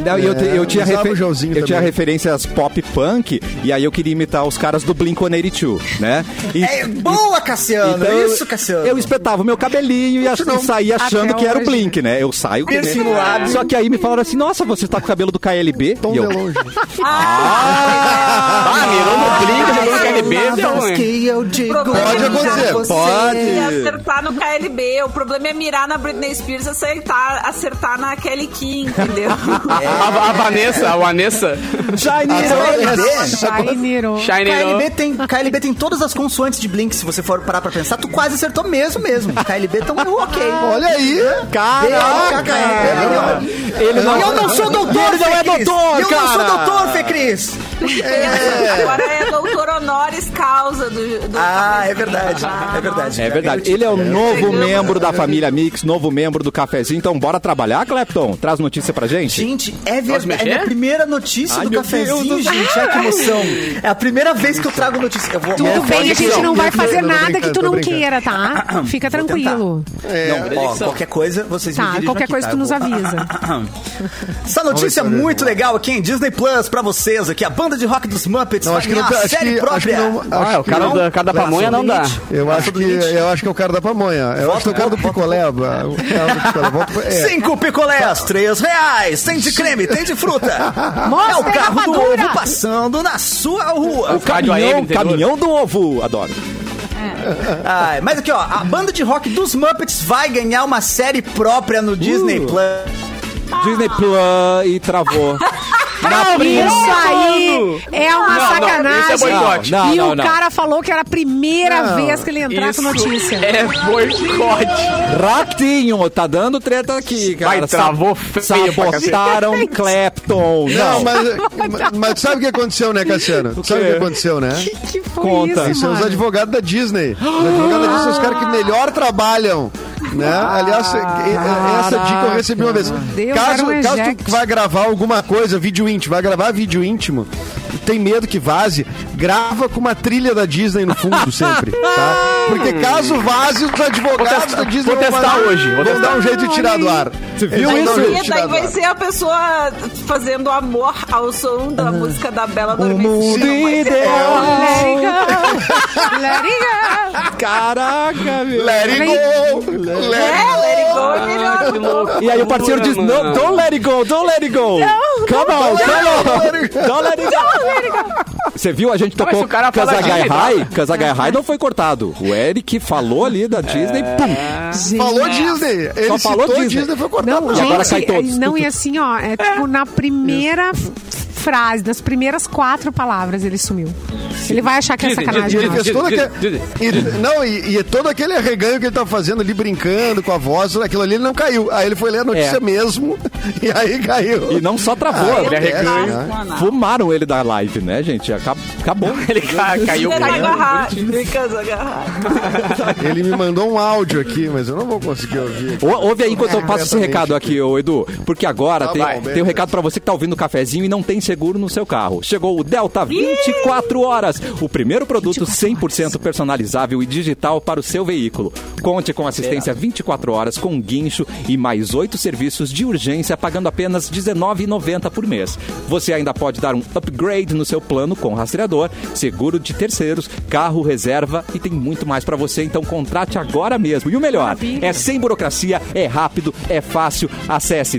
Speaker 1: Não, e eu, te- eu tinha,
Speaker 3: usava
Speaker 1: refer-
Speaker 3: o gelzinho
Speaker 1: eu tinha
Speaker 3: também.
Speaker 1: referências pop punk, e aí eu queria imitar os caras do Blink-182, né? E-
Speaker 6: É, boa, Cassiano.
Speaker 3: Então,
Speaker 6: é
Speaker 1: eu-
Speaker 6: isso, Cassiano. Ah,
Speaker 1: Eu espetava o meu cabelinho e, ach e saía achando
Speaker 4: Até
Speaker 1: que era o
Speaker 4: hoje.
Speaker 1: Blink, né? Eu saio com ele.
Speaker 6: Piercing
Speaker 2: é.
Speaker 6: no lábio.
Speaker 1: Só que aí me falaram assim, nossa, você tá com o cabelo do KLB?
Speaker 3: Tom
Speaker 1: e eu,
Speaker 3: de longe.
Speaker 8: Ah, mirou no Blink, mirou no KLB, deu
Speaker 6: Palavras
Speaker 8: ruim.
Speaker 6: que eu digo.
Speaker 5: O problema
Speaker 3: Pode
Speaker 5: é mirar
Speaker 3: acontecer,
Speaker 5: você
Speaker 1: pode.
Speaker 5: e acertar no KLB. O problema é mirar na Britney Spears e acertar, acertar na Kelly King, entendeu?
Speaker 8: A, a Vanessa, a Vanessa.
Speaker 1: Ah,
Speaker 6: é
Speaker 1: assim,
Speaker 6: KLB.
Speaker 4: Ai, Niro.
Speaker 8: Shiny
Speaker 6: KLB tem, KLB tem todas as consoantes de Blink, se você for parar pra pensar, tu quase acertou mesmo mesmo. KLB tão ok.
Speaker 3: Olha aí.
Speaker 6: é Caraca,
Speaker 1: Ele não-
Speaker 6: é E eu não sou doutor,
Speaker 1: Ele não é
Speaker 6: Fê Cris.
Speaker 1: doutor,
Speaker 6: Eu não sou
Speaker 1: cara.
Speaker 6: doutor, Fê Cris.
Speaker 5: Agora é doutor honoris causa do... do
Speaker 6: Ah, é verdade. É verdade.
Speaker 1: É verdade. Ele é o novo membro da família Mix, novo membro do cafezinho. Então, bora trabalhar, Clepton? Traz notícia pra gente.
Speaker 6: Gente, é verdade.
Speaker 8: mexer?
Speaker 6: É a primeira notícia
Speaker 1: Ai,
Speaker 6: do
Speaker 1: meu
Speaker 6: cafezinho,
Speaker 1: Deus do céu.
Speaker 6: gente. Olha que emoção. É a primeira vez que eu trago notícia. Eu vou,
Speaker 4: Tudo
Speaker 6: ó,
Speaker 4: bem, a gente não vai
Speaker 3: Não,
Speaker 4: fazer
Speaker 3: não,
Speaker 4: nada
Speaker 3: brincando,
Speaker 4: que tu
Speaker 3: tô
Speaker 4: não
Speaker 3: brincando.
Speaker 4: queira, tá? Fica
Speaker 6: Vou tentar.
Speaker 4: tranquilo.
Speaker 3: É.
Speaker 6: Não, ó, qualquer coisa, vocês me
Speaker 4: Tá,
Speaker 6: dirigem
Speaker 4: qualquer
Speaker 6: aqui,
Speaker 4: coisa
Speaker 6: É,
Speaker 4: tu
Speaker 6: tá? Eu
Speaker 4: nos
Speaker 6: vou-
Speaker 4: avisa.
Speaker 6: Essa notícia é muito legal aqui em Disney Plus pra vocês aqui. A banda de rock dos Muppets
Speaker 3: Não,
Speaker 6: vai
Speaker 3: acho que
Speaker 6: ganhar
Speaker 3: não tá-
Speaker 6: a
Speaker 3: acho
Speaker 6: série
Speaker 3: que, acho que
Speaker 6: própria.
Speaker 3: não, acho
Speaker 1: é
Speaker 8: Ah, o
Speaker 3: que
Speaker 8: cara
Speaker 3: não.
Speaker 8: da, cara da pamonha não dá.
Speaker 3: Eu acho, que, eu acho que é o cara da pamonha. Eu acho que é o cara do picolé. o cara do picolé. Volta- é.
Speaker 6: Cinco picolés, três reais. Tem de creme, tem de fruta. é o
Speaker 4: tem
Speaker 6: carro do
Speaker 4: rapadura.
Speaker 6: ovo passando na sua rua.
Speaker 8: O Rádio AM
Speaker 1: Caminhão,
Speaker 8: interior.
Speaker 1: caminhão do ovo, adoro.
Speaker 6: Ai, mas aqui, ó, a banda de rock dos Muppets vai ganhar uma série própria no Disney Plus.
Speaker 1: Disney Plus e travou.
Speaker 4: Não, isso aí é uma
Speaker 8: Não, não,
Speaker 4: sacanagem.
Speaker 8: isso é boicote.
Speaker 1: Não,
Speaker 4: e
Speaker 1: não,
Speaker 4: o
Speaker 1: não.
Speaker 4: cara falou que era a primeira vez que ele ia entrar
Speaker 8: Isso
Speaker 4: com notícia.
Speaker 8: é boicote.
Speaker 1: Ratinho, tá dando treta aqui, cara.
Speaker 8: Vai, travou
Speaker 1: Sa-
Speaker 8: feio pra cacete.
Speaker 1: Sabotaram Clapton.
Speaker 3: Não,
Speaker 1: Não,
Speaker 3: mas, mas- mas sabe o que aconteceu, né, Cassiano? Tu sabe o que aconteceu, né?
Speaker 4: Que, que foi
Speaker 1: Conta.
Speaker 4: isso,
Speaker 3: São é os
Speaker 4: mano?
Speaker 3: advogados da Disney. Os advogados da Disney são os caras que melhor trabalham. Né? Aliás, e- e- essa dica eu recebi uma vez.
Speaker 4: Deus,
Speaker 3: caso
Speaker 4: era um
Speaker 3: caso
Speaker 4: eject.
Speaker 3: tu vá gravar alguma coisa, vídeo íntimo, vai gravar vídeo íntimo, tem medo que vaze, grava com uma trilha da Disney no fundo sempre. Tá? Porque caso vaze, os advogados da Disney
Speaker 8: vou testar
Speaker 3: mandar-
Speaker 8: hoje, vou
Speaker 3: vão dar um jeito de tirar do ar. Você
Speaker 1: viu
Speaker 5: Daí,
Speaker 1: isso?
Speaker 5: daí vai ser a pessoa fazendo amor ao som da música da Bela Adormecida. É, Vai ser-
Speaker 4: Let it go. Let it go.
Speaker 1: Caraca, meu.
Speaker 3: Let it go! Let it
Speaker 5: É, let it go é
Speaker 2: Ah,
Speaker 5: melhor.
Speaker 1: E aí o parceiro diz, não, don't let it go, don't let it go. come on, come on. Don't let it go. Você viu? A gente
Speaker 8: mas
Speaker 1: tocou
Speaker 8: se o cara fala
Speaker 1: Kazagai
Speaker 8: Disney,
Speaker 1: High. Kazagai High não foi cortado. O Eric falou ali da Disney, pum.
Speaker 3: Falou Disney! Ele
Speaker 1: Só falou
Speaker 3: falou Disney.
Speaker 1: Disney.
Speaker 3: Disney foi cortado.
Speaker 4: Não,
Speaker 1: E agora cai
Speaker 4: gente,
Speaker 1: todos.
Speaker 4: não, e assim, ó, é tipo na primeira f- frase, nas primeiras quatro palavras ele sumiu. Ele vai achar que é
Speaker 8: Dizem, dizem,
Speaker 4: sacanagem.
Speaker 3: Ele
Speaker 4: eu
Speaker 3: fez
Speaker 8: Dizem,
Speaker 3: todo
Speaker 8: dizem,
Speaker 3: aquele.
Speaker 8: dizem.
Speaker 3: e- não, e, e todo aquele arreganho que ele tava fazendo ali, brincando com a voz, aquilo ali ele não caiu. Aí ele foi ler a notícia
Speaker 1: É.
Speaker 3: mesmo, e aí caiu.
Speaker 1: E não só travou.
Speaker 5: Eu
Speaker 1: Ah, ele
Speaker 5: não
Speaker 1: arregou.
Speaker 5: faço, não, não.
Speaker 1: Fumaram ele da live, né, gente? Acab- Acabou.
Speaker 8: Ele ca- caiu.
Speaker 5: Fica
Speaker 8: caiu.
Speaker 5: agarrado, fica agarrado.
Speaker 1: é.
Speaker 3: Ele me mandou um áudio aqui, mas eu não vou conseguir ouvir.
Speaker 1: Ou- Ouve aí enquancho eu passo esse recado aqui, ô Edu. Porque agora
Speaker 3: É, Tá
Speaker 1: tem,
Speaker 3: bom,
Speaker 1: tem um
Speaker 3: beleza.
Speaker 1: recado pra você que tá ouvindo o cafezinho e não tem seguro no seu carro. Chegou o Delta 24 horas Molas, o primeiro produto 100% personalizável e digital para o seu veículo. Conte com assistência 24 horas com guincho e mais oito serviços de urgência pagando apenas R$19,90 por mês. Você ainda pode dar um upgrade no seu plano com rastreador, seguro de terceiros, carro reserva e tem muito mais para você, então contrate agora mesmo. E o melhor, é sem burocracia, é rápido, é fácil. Acesse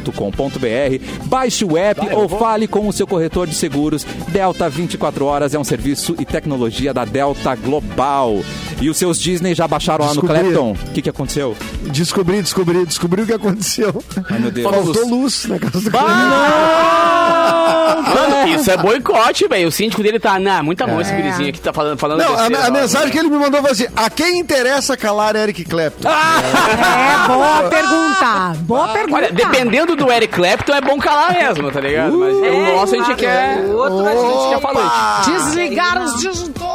Speaker 1: delta24horas.com.br, baixe o app ou fale com o seu corretor de seguros. Delta 24 Horas é um serviço e tecnologia da Delta Global. E os seus Disney já baixaram lá no
Speaker 3: Descobri.
Speaker 1: Clapton? O que, que aconteceu?
Speaker 3: Descobri, descobri, descobri o que aconteceu.
Speaker 1: Ai, meu Deus.
Speaker 3: Faltou luz na casa do Clemente.
Speaker 2: Ah, não! Mano, isso é boicote, velho. O síndico dele tá. Nah, muita mão esse gurizinho aqui tá falando. falando
Speaker 3: Não, a,
Speaker 2: besteira,
Speaker 3: a
Speaker 2: ó,
Speaker 3: mensagem que ele me mandou foi assim: a quem interessa calar Eric Clapton?
Speaker 2: Ah,
Speaker 4: É, boa pergunta. Boa pergunta.
Speaker 2: Olha, dependendo do Eric Clapton, é bom calar mesmo, tá ligado? Mas o nosso a gente quer.
Speaker 5: É, O outro a gente
Speaker 2: quer falante.
Speaker 4: Desligar os disjuntor.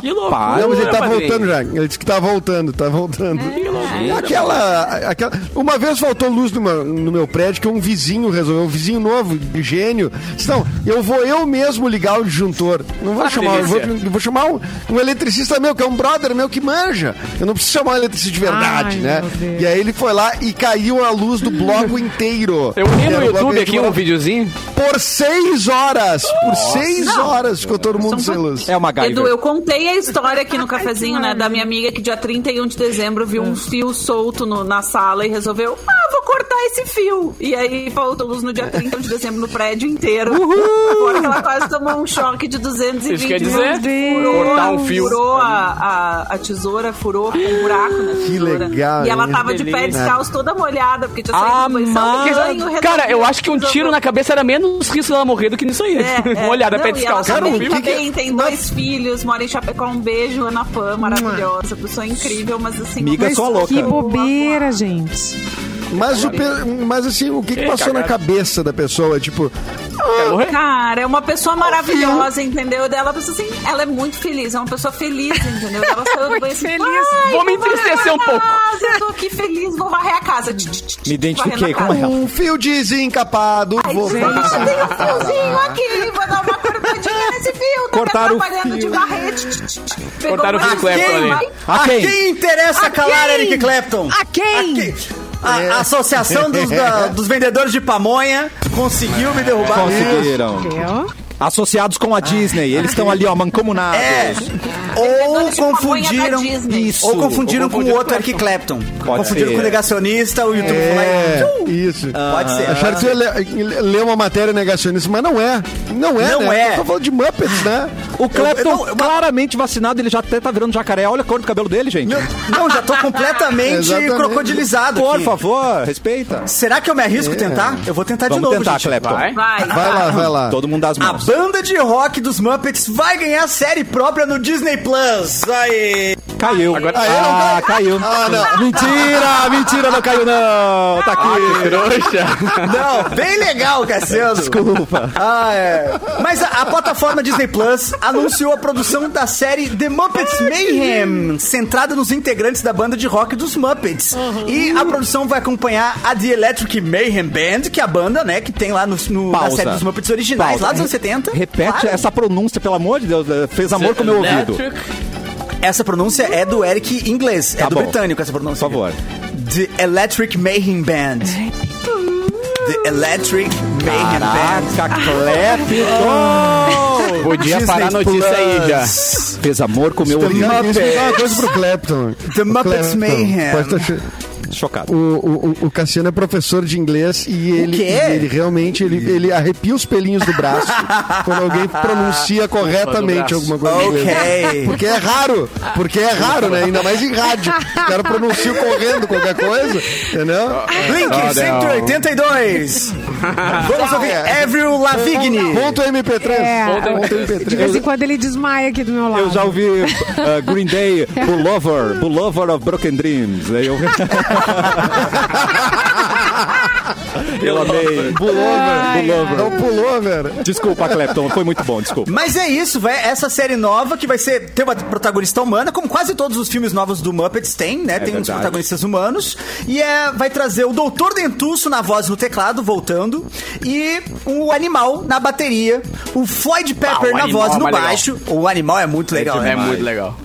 Speaker 2: Que loucura,
Speaker 1: Rapaz.
Speaker 3: Não, mas ele tá
Speaker 2: padrinho.
Speaker 3: voltando já. Ele disse que tá voltando, tá voltando.
Speaker 4: É.
Speaker 3: Aquela, aquela. Uma vez faltou luz no meu, no meu prédio que um vizinho resolveu, um vizinho novo, de gênio. Disse, não, eu vou eu mesmo ligar o disjuntor. Não
Speaker 2: Ah,
Speaker 3: vou chamar, eu vou, eu vou chamar um, um eletricista meu, que é um brother meu que manja. Eu não preciso chamar um eletricista de verdade,
Speaker 4: Ai,
Speaker 3: né?
Speaker 4: meu Deus.
Speaker 3: E aí ele foi lá e caiu a luz do bloco inteiro.
Speaker 2: Eu vi
Speaker 3: Era
Speaker 2: no
Speaker 3: o bloco que
Speaker 2: YouTube
Speaker 3: a gente
Speaker 2: aqui um
Speaker 3: morava-
Speaker 2: videozinho.
Speaker 3: Por seis horas! Por seis horas ficou todo mundo sem luz.
Speaker 1: É uma gaiva.
Speaker 5: Edu, eu contei a história aqui no cafezinho, né, da minha amiga que dia 31 de dezembro viu um fio solto no- na sala e resolveu, ah, vou cortar esse fio. E aí faltou luz no dia 31 de dezembro no prédio inteiro. Porque ela quase tomou um choque de 220
Speaker 2: Isso quer dizer?
Speaker 5: mil. Furou,
Speaker 2: Cortar um fio.
Speaker 5: Furou a, a- a tesoura, furou um buraco na tesoura.
Speaker 3: legal,
Speaker 5: E ela
Speaker 3: hein?
Speaker 5: tava de pé descalço, toda molhada, porque tinha saído do banho,
Speaker 2: Amado.
Speaker 5: resolveu-
Speaker 2: Ah, Cara, eu acho que um tiro
Speaker 5: resolveu-
Speaker 2: na cabeça era menos risco dela morrer do que nisso aí.
Speaker 5: é, é.
Speaker 2: Uma olhada,
Speaker 5: Não,
Speaker 2: pé
Speaker 5: e ela
Speaker 2: descalço.
Speaker 5: também,
Speaker 2: Não viu?
Speaker 5: também tem dois filhos, mora em Chapecó. Um beijo, Ana Pan, maravilhosa. Pessoa incrível, mas assim...
Speaker 1: Miga
Speaker 5: uma
Speaker 1: só
Speaker 5: pessoa-
Speaker 1: louca.
Speaker 4: Que bobeira, gente.
Speaker 3: Mas, o pe- mas assim, o que, que passou na cabeça da pessoa? Tipo,
Speaker 5: Cara, é uma pessoa maravilhosa, entendeu? Daí Ela pensa assim, ela é muito feliz, é uma pessoa feliz, entendeu? Daí Ela saiu do banho assim,
Speaker 4: feliz.
Speaker 5: "Ai,
Speaker 2: Vou me
Speaker 5: varrer
Speaker 2: entristecer
Speaker 5: a
Speaker 2: um pouco."
Speaker 5: casa, Eu tô aqui feliz, vou varrer a casa. Tch, tch, tch,
Speaker 1: Me
Speaker 5: varrendo
Speaker 1: identifiquei é
Speaker 5: a
Speaker 1: com
Speaker 5: casa.
Speaker 1: ela.
Speaker 3: um fio desencapado.
Speaker 5: Aí
Speaker 3: vou-
Speaker 5: diz, ah, tem um fiozinho aqui, vou dar uma cortadinha nesse fio. Tá
Speaker 1: Cortaram o
Speaker 5: atrapalhando de
Speaker 1: fio.
Speaker 5: varrete. tch, tch, tch. Pegou
Speaker 2: Cortaram o fio
Speaker 5: uma-
Speaker 2: Clapton ali.
Speaker 5: Vai-
Speaker 1: A quem?
Speaker 6: interessa calar Eric Clapton?
Speaker 4: A quem?
Speaker 6: A, quem? A- a Associação dos, da- dos Vendedores de Pamonha conseguiu me derrubar.
Speaker 1: Conseguiram. Associados com a Disney. Eles estão ali, ó, mancomunados.
Speaker 6: É,
Speaker 5: Vendedores
Speaker 6: ou
Speaker 5: de pamonha
Speaker 6: confundiram...
Speaker 5: da Disney.
Speaker 1: Isso.
Speaker 6: Ou confundiram com o outro Eric Clapton.
Speaker 1: Pode
Speaker 6: confundiram
Speaker 1: ser.
Speaker 6: com o negacionista, o YouTube
Speaker 3: É,
Speaker 6: falou.
Speaker 3: isso.
Speaker 1: Ah.
Speaker 6: Pode ser.
Speaker 3: Acharam que tu ia le- ler uma matéria negacionista, mas não é. Não é,
Speaker 6: Não
Speaker 3: né?
Speaker 6: é.
Speaker 3: Eu tô falando de Muppets, né?
Speaker 1: O Clapton,
Speaker 6: eu não- eu-
Speaker 1: claramente vacinado, ele já até tá virando jacaré. Olha a cor do cabelo dele, gente.
Speaker 6: Não, já tô completamente
Speaker 3: Exatamente.
Speaker 6: crocodilizado.
Speaker 1: Por
Speaker 6: aqui.
Speaker 1: favor, respeita.
Speaker 6: Será que eu me arrisco tentar? Eu vou tentar de
Speaker 1: Vamos
Speaker 6: novo.
Speaker 1: tentar, Ah,
Speaker 6: gente.
Speaker 1: Clapton.
Speaker 2: Vai.
Speaker 5: Vai,
Speaker 3: Vai lá, vai lá.
Speaker 1: Todo mundo dá as
Speaker 6: A
Speaker 1: mãos.
Speaker 6: banda de rock dos Muppets vai ganhar série própria no Disney Plus. Aí.
Speaker 1: Caiu. ah, caiu. Mentira, mentira, não caiu não. Tá
Speaker 2: Ah,
Speaker 1: aqui.
Speaker 6: Não, bem legal, Cassiano. Desculpa. Ah, é. Mas a, a plataforma Disney Plus anunciou a produção da série The Muppets Mayhem, centrada nos integrantes da banda de rock dos Muppets. E a produção vai acompanhar a The Electric Mayhem Band, que é a banda, né, que tem lá no, no- na
Speaker 1: Pausa.
Speaker 6: série dos Muppets originais,
Speaker 1: Pausa.
Speaker 6: lá dos anos 70.
Speaker 1: Repete
Speaker 6: Claro.
Speaker 1: essa pronúncia, pelo amor de Deus. Eh, Fez amor com o meu ouvido.
Speaker 6: Essa pronúncia é do Eric inglês, é
Speaker 1: Tá
Speaker 6: do
Speaker 1: bom.
Speaker 6: britânico essa pronúncia.
Speaker 1: Por favor.
Speaker 6: The Electric Mayhem Band. The Electric Mayhem Band.
Speaker 1: Caraca, Clapton.
Speaker 2: Podia parar a notícia aí já.
Speaker 1: Fez amor com o meu ouvido.
Speaker 3: Tem que explicar uma coisa pro Clapton.
Speaker 6: The
Speaker 3: O
Speaker 6: Muppets
Speaker 3: Clapton,
Speaker 6: Mayhem.
Speaker 3: pode tá che-
Speaker 1: Chocado.
Speaker 3: O, o, o- o Cassiano é professor de inglês e ele,
Speaker 6: quê?
Speaker 3: e ele realmente ele, ele arrepia os pelinhos do braço quando alguém pronuncia corretamente
Speaker 2: braço.
Speaker 3: alguma coisa em inglês.
Speaker 6: Ok.
Speaker 3: Porque é raro, porque é raro, né? Ainda mais em rádio. O cara pronuncia correndo qualquer coisa, entendeu?
Speaker 6: Blink 182. Vamos ouvir Avril Lavigne.
Speaker 3: É. Ponto MP3.
Speaker 4: É,
Speaker 3: Ponto
Speaker 4: de vez em
Speaker 3: MP3.
Speaker 4: quando ele desmaia aqui do meu lado.
Speaker 1: Eu já ouvi uh, Green Day, Pullover, Pullover of Broken Dreams. Aí eu... Eu amei.
Speaker 3: Pullover.
Speaker 1: Pullover.
Speaker 3: É o pullover.
Speaker 1: Desculpa, Clepton, foi muito bom, desculpa.
Speaker 6: Mas é isso, vai essa série nova que vai ser ter uma protagonista humana, como quase todos os filmes novos do Muppets tem,
Speaker 8: É
Speaker 6: né? tem uns
Speaker 1: verdade.
Speaker 6: protagonistas humanos e é, vai trazer o Doutor Dentuço na voz e no teclado voltando e o animal na bateria, o Floyd
Speaker 8: Ah, o
Speaker 6: Pepper na
Speaker 8: animal
Speaker 6: voz
Speaker 8: é
Speaker 6: no
Speaker 8: mais legal.
Speaker 6: baixo. O animal é muito legal, né?
Speaker 8: É muito legal.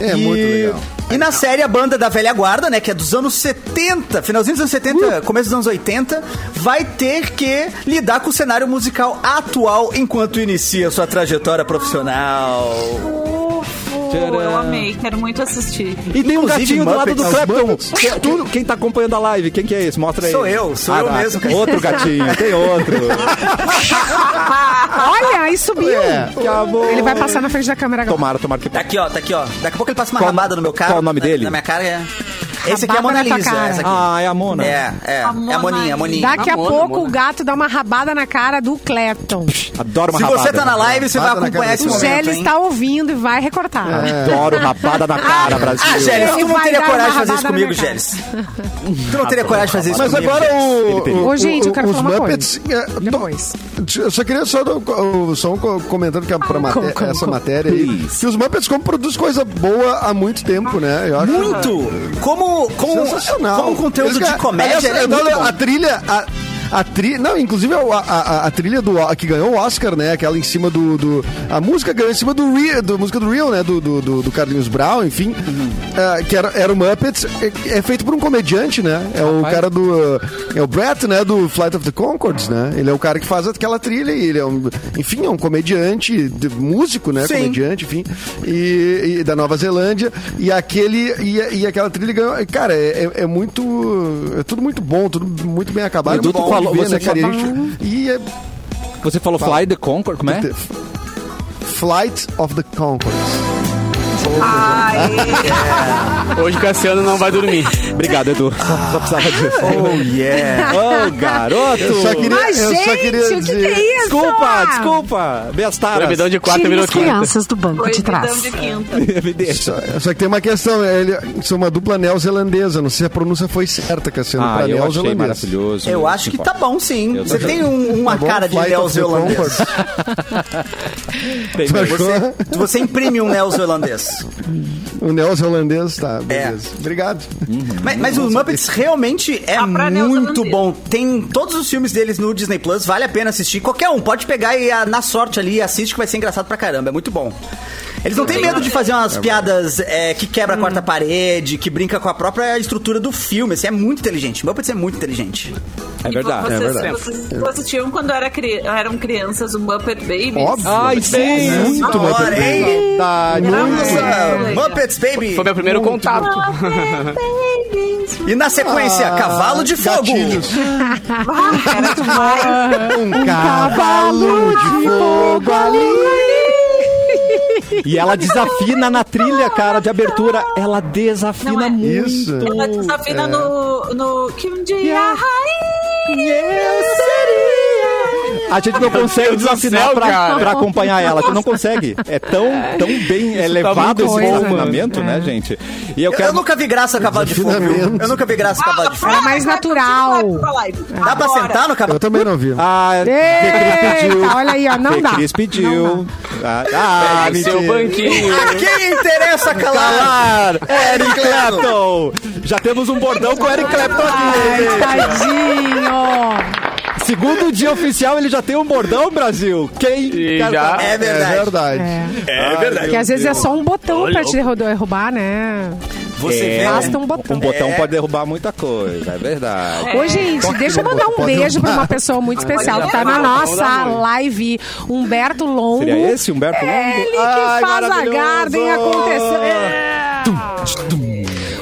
Speaker 3: É muito legal.
Speaker 6: E na série, a banda da velha guarda, né, que é dos anos 70, finalzinho dos anos
Speaker 1: Uh!
Speaker 6: 70, começo dos anos 80, vai ter que lidar com o cenário musical atual enquanto inicia sua trajetória profissional.
Speaker 5: Fofo, eu amei, quero muito assistir.
Speaker 1: E tem um
Speaker 6: Inclusive,
Speaker 1: gatinho do lado
Speaker 6: Muppets,
Speaker 1: do
Speaker 6: as Muppets.
Speaker 1: Clepton. Quem, quem tá acompanhando a live? Quem que é esse? Mostra aí.
Speaker 6: Sou eu, sou eu
Speaker 1: tá.
Speaker 6: mesmo, cara.
Speaker 1: Outro gatinho, tem outro.
Speaker 4: Olha, aí subiu.
Speaker 3: É.
Speaker 1: Que amor.
Speaker 4: Ele vai passar na frente da câmera agora.
Speaker 1: Tomara, tomara que...
Speaker 6: Tá aqui, ó, tá aqui, ó. Daqui a pouco ele passa uma
Speaker 1: Qual-
Speaker 6: rabada no meu carro.
Speaker 1: qual o nome
Speaker 6: na-
Speaker 1: dele?
Speaker 6: Na minha cara é... Esse aqui é
Speaker 4: Rabada
Speaker 6: a Mona
Speaker 4: na tua
Speaker 6: Lisa.
Speaker 4: cara.
Speaker 6: Essa aqui.
Speaker 1: Ah, é a Mona.
Speaker 6: É, é.
Speaker 5: A
Speaker 6: é a
Speaker 5: Mona
Speaker 6: Moninha, a Moninha.
Speaker 4: Daqui a
Speaker 8: Amona,
Speaker 4: pouco
Speaker 8: Amona.
Speaker 4: o gato dá uma rabada na cara do Clepton.
Speaker 1: Adoro uma
Speaker 6: Se
Speaker 1: rabada.
Speaker 6: você tá na live, você vai
Speaker 3: Rabada na
Speaker 6: acompanhar
Speaker 3: cara
Speaker 6: esse
Speaker 3: do
Speaker 4: O
Speaker 6: momento,
Speaker 4: Gélio
Speaker 6: hein?
Speaker 4: está ouvindo e vai recortar.
Speaker 1: Adoro rabada na cara, Brasil.
Speaker 6: Ah, Gélis, tu
Speaker 4: Ele
Speaker 6: não
Speaker 4: vai
Speaker 6: teria
Speaker 4: dar
Speaker 6: coragem de
Speaker 4: uma
Speaker 6: fazer
Speaker 4: rabada
Speaker 6: isso
Speaker 4: na
Speaker 6: comigo,
Speaker 4: minha cara.
Speaker 6: Gélis. Tu não teria coragem de fazer isso
Speaker 3: Mas
Speaker 6: comigo.
Speaker 3: agora
Speaker 6: Gélis.
Speaker 3: o, o,
Speaker 4: Ô, gente, eu quero
Speaker 3: o- os
Speaker 4: falar uma
Speaker 3: Muppets, é, do-
Speaker 4: Depois.
Speaker 3: Eu só queria só, dar um- o- só um co- comentando que a, pra maté-
Speaker 4: Ah, como,
Speaker 3: essa
Speaker 4: como?
Speaker 3: matéria aí, que os Muppets como produz coisa boa há muito tempo, né? Eu acho
Speaker 6: Muito! Como, como,
Speaker 3: sensacional.
Speaker 6: como um conteúdo
Speaker 3: Eles-
Speaker 6: de comédia.
Speaker 3: aliás,
Speaker 6: é
Speaker 3: eu
Speaker 6: muito
Speaker 3: tava-
Speaker 6: bom.
Speaker 3: a trilha. A, a trilha, não, inclusive é a, a- a- a trilha do que ganhou o Oscar, né? Aquela em cima do, do- a música ganhou em cima do Real, do música do Real, né? Do, do, do- do Carlinhos Brown, enfim,
Speaker 6: Uhum.
Speaker 3: Ah, que era, era o Muppets, é, é feito por um comediante, né? É o cara do é o Brett, né? Do Flight of the Concords, né? Ele é o cara que faz aquela trilha, e ele é um, enfim, é um comediante, de- músico, né?
Speaker 6: Sim.
Speaker 3: Comediante comediante, enfim, e, e da Nova Zelândia. E aquele e, e aquela trilha ganhou. e, Cara, é, é- é muito. É tudo muito bom, tudo muito bem acabado.
Speaker 1: Edu,
Speaker 3: é muito
Speaker 1: tu
Speaker 3: bom
Speaker 1: falou-
Speaker 3: de ver,
Speaker 1: você
Speaker 3: né, cara? E a gente- E é
Speaker 1: Você falou Fly the Concord, como é?
Speaker 3: Flight of the Conchords.
Speaker 8: Hoje o Cassiano não vai dormir.
Speaker 1: Obrigado,
Speaker 6: Ah.
Speaker 1: Edu. Só, só precisava dizer.
Speaker 6: Oh, yeah.
Speaker 1: Ô, garoto!
Speaker 3: Eu só queria,
Speaker 4: Mas,
Speaker 3: eu só
Speaker 4: gente,
Speaker 3: queria
Speaker 4: o que
Speaker 3: dizer.
Speaker 4: que é isso?
Speaker 1: Desculpa, desculpa. Minhas taras.
Speaker 8: Proibidão de 4 virou 5.
Speaker 4: do banco
Speaker 5: Proibidão de quinta.
Speaker 1: Me deixa.
Speaker 3: Só, só que tem uma questão, ele, isso é uma dupla neozelandesa, não sei se a pronúncia foi certa,
Speaker 6: é
Speaker 3: Cassiano,
Speaker 1: Ah,
Speaker 3: pra
Speaker 1: eu achei
Speaker 3: neozelandesa.
Speaker 1: maravilhoso.
Speaker 6: Eu acho que tá bom, sim.
Speaker 1: Eu
Speaker 6: Você
Speaker 1: tô-
Speaker 6: tem um- uma
Speaker 3: Tá bom?
Speaker 6: cara de
Speaker 3: Flight of the Tá
Speaker 6: neozelandês.
Speaker 3: Conchords.
Speaker 1: Tem
Speaker 3: Tu
Speaker 1: mesmo.
Speaker 3: achou?
Speaker 6: Você imprime um neozelandês.
Speaker 3: O neozelandês,
Speaker 6: É.
Speaker 3: tá, beleza. Obrigado.
Speaker 6: Mas, mas os Muppets realmente é
Speaker 5: Dá Ah, pra
Speaker 6: muito
Speaker 5: neozelandês.
Speaker 6: bom. Tem todos os filmes deles no Disney Plus, vale a pena assistir. Qualquer um pode pegar e ah, na sorte ali assiste que vai ser engraçado pra caramba. É muito bom. Eles não têm medo de fazer umas piadas é, que quebra a quarta
Speaker 5: Hum.
Speaker 6: parede, que brinca com a própria estrutura do filme. Assim, é muito inteligente. Muppets é muito inteligente.
Speaker 1: É verdade.
Speaker 5: vocês,
Speaker 1: É verdade.
Speaker 5: Vocês assistiam quando era cri- eram crianças o Muppet Babies?
Speaker 3: Óbvio.
Speaker 1: Ai, sim.
Speaker 6: Muito
Speaker 3: Muppet Baby.
Speaker 5: Era muito
Speaker 6: Nossa,
Speaker 5: legal.
Speaker 6: Muppets Baby!
Speaker 8: Foi meu primeiro contato.
Speaker 5: é
Speaker 6: E na sequência,
Speaker 1: Ah,
Speaker 6: Cavalo de Fogo!
Speaker 3: Gatilhos.
Speaker 5: Ah, era demais.
Speaker 3: Um cavalo de fogo ali.
Speaker 1: E ela desafina na trilha, cara, de abertura. Ela
Speaker 5: Não
Speaker 1: desafina
Speaker 5: é.
Speaker 1: muito.
Speaker 3: Isso.
Speaker 5: Ela desafina
Speaker 3: É.
Speaker 5: no, no Que um dia rainha
Speaker 1: A gente não consegue
Speaker 8: Meu Deus do
Speaker 1: desafinar
Speaker 8: céu,
Speaker 1: pra,
Speaker 8: cara.
Speaker 1: pra acompanhar ela. Tu não consegue. É tão, tão bem
Speaker 8: muito
Speaker 1: elevado esse
Speaker 4: coisa,
Speaker 1: funcionamento, né, gente? E eu
Speaker 6: Eu,
Speaker 1: quero.
Speaker 6: eu nunca vi graça a Cavalo de Fogo.
Speaker 3: Desafinamento.
Speaker 6: Eu nunca vi graça
Speaker 5: Ah,
Speaker 6: a Cavalo de Fogo.
Speaker 4: Era mais natural.
Speaker 6: Dá pra sentar no
Speaker 3: Eu
Speaker 6: Cavalo?
Speaker 3: também não vi.
Speaker 1: Ah, Fê Cris pediu.
Speaker 4: Eita, olha aí, ó, não
Speaker 1: Fê
Speaker 4: dá.
Speaker 1: Cris pediu. Ah, ah,
Speaker 8: Pegue seu
Speaker 1: mentira.
Speaker 8: banquinho.
Speaker 6: A Ah, quem interessa calar?
Speaker 1: Calar! Eric Clapton! Já temos um bordão com o Eric Clapton aqui!
Speaker 4: Tadinho.
Speaker 1: Segundo dia oficial, ele já tem um bordão, Brasil! Quem?
Speaker 8: E
Speaker 1: quer-
Speaker 8: já-
Speaker 6: É
Speaker 3: É
Speaker 6: verdade.
Speaker 3: verdade.
Speaker 1: Ah,
Speaker 4: Porque às vezes é só um botão pra te derru- derrubar, né?
Speaker 6: Você
Speaker 1: É,
Speaker 6: vê.
Speaker 4: Basta um botão.
Speaker 1: Um botão
Speaker 6: É.
Speaker 1: pode derrubar muita coisa, é verdade.
Speaker 4: Ô, gente, deixa eu mandar um beijo pra uma pessoa muito especial que tá na nossa live, Humberto Longo.
Speaker 1: Seria esse, Humberto
Speaker 4: É Ele
Speaker 1: Longo?
Speaker 4: que
Speaker 1: Ai,
Speaker 4: faz a
Speaker 1: maravilhoso!
Speaker 4: Garden acontecer. É.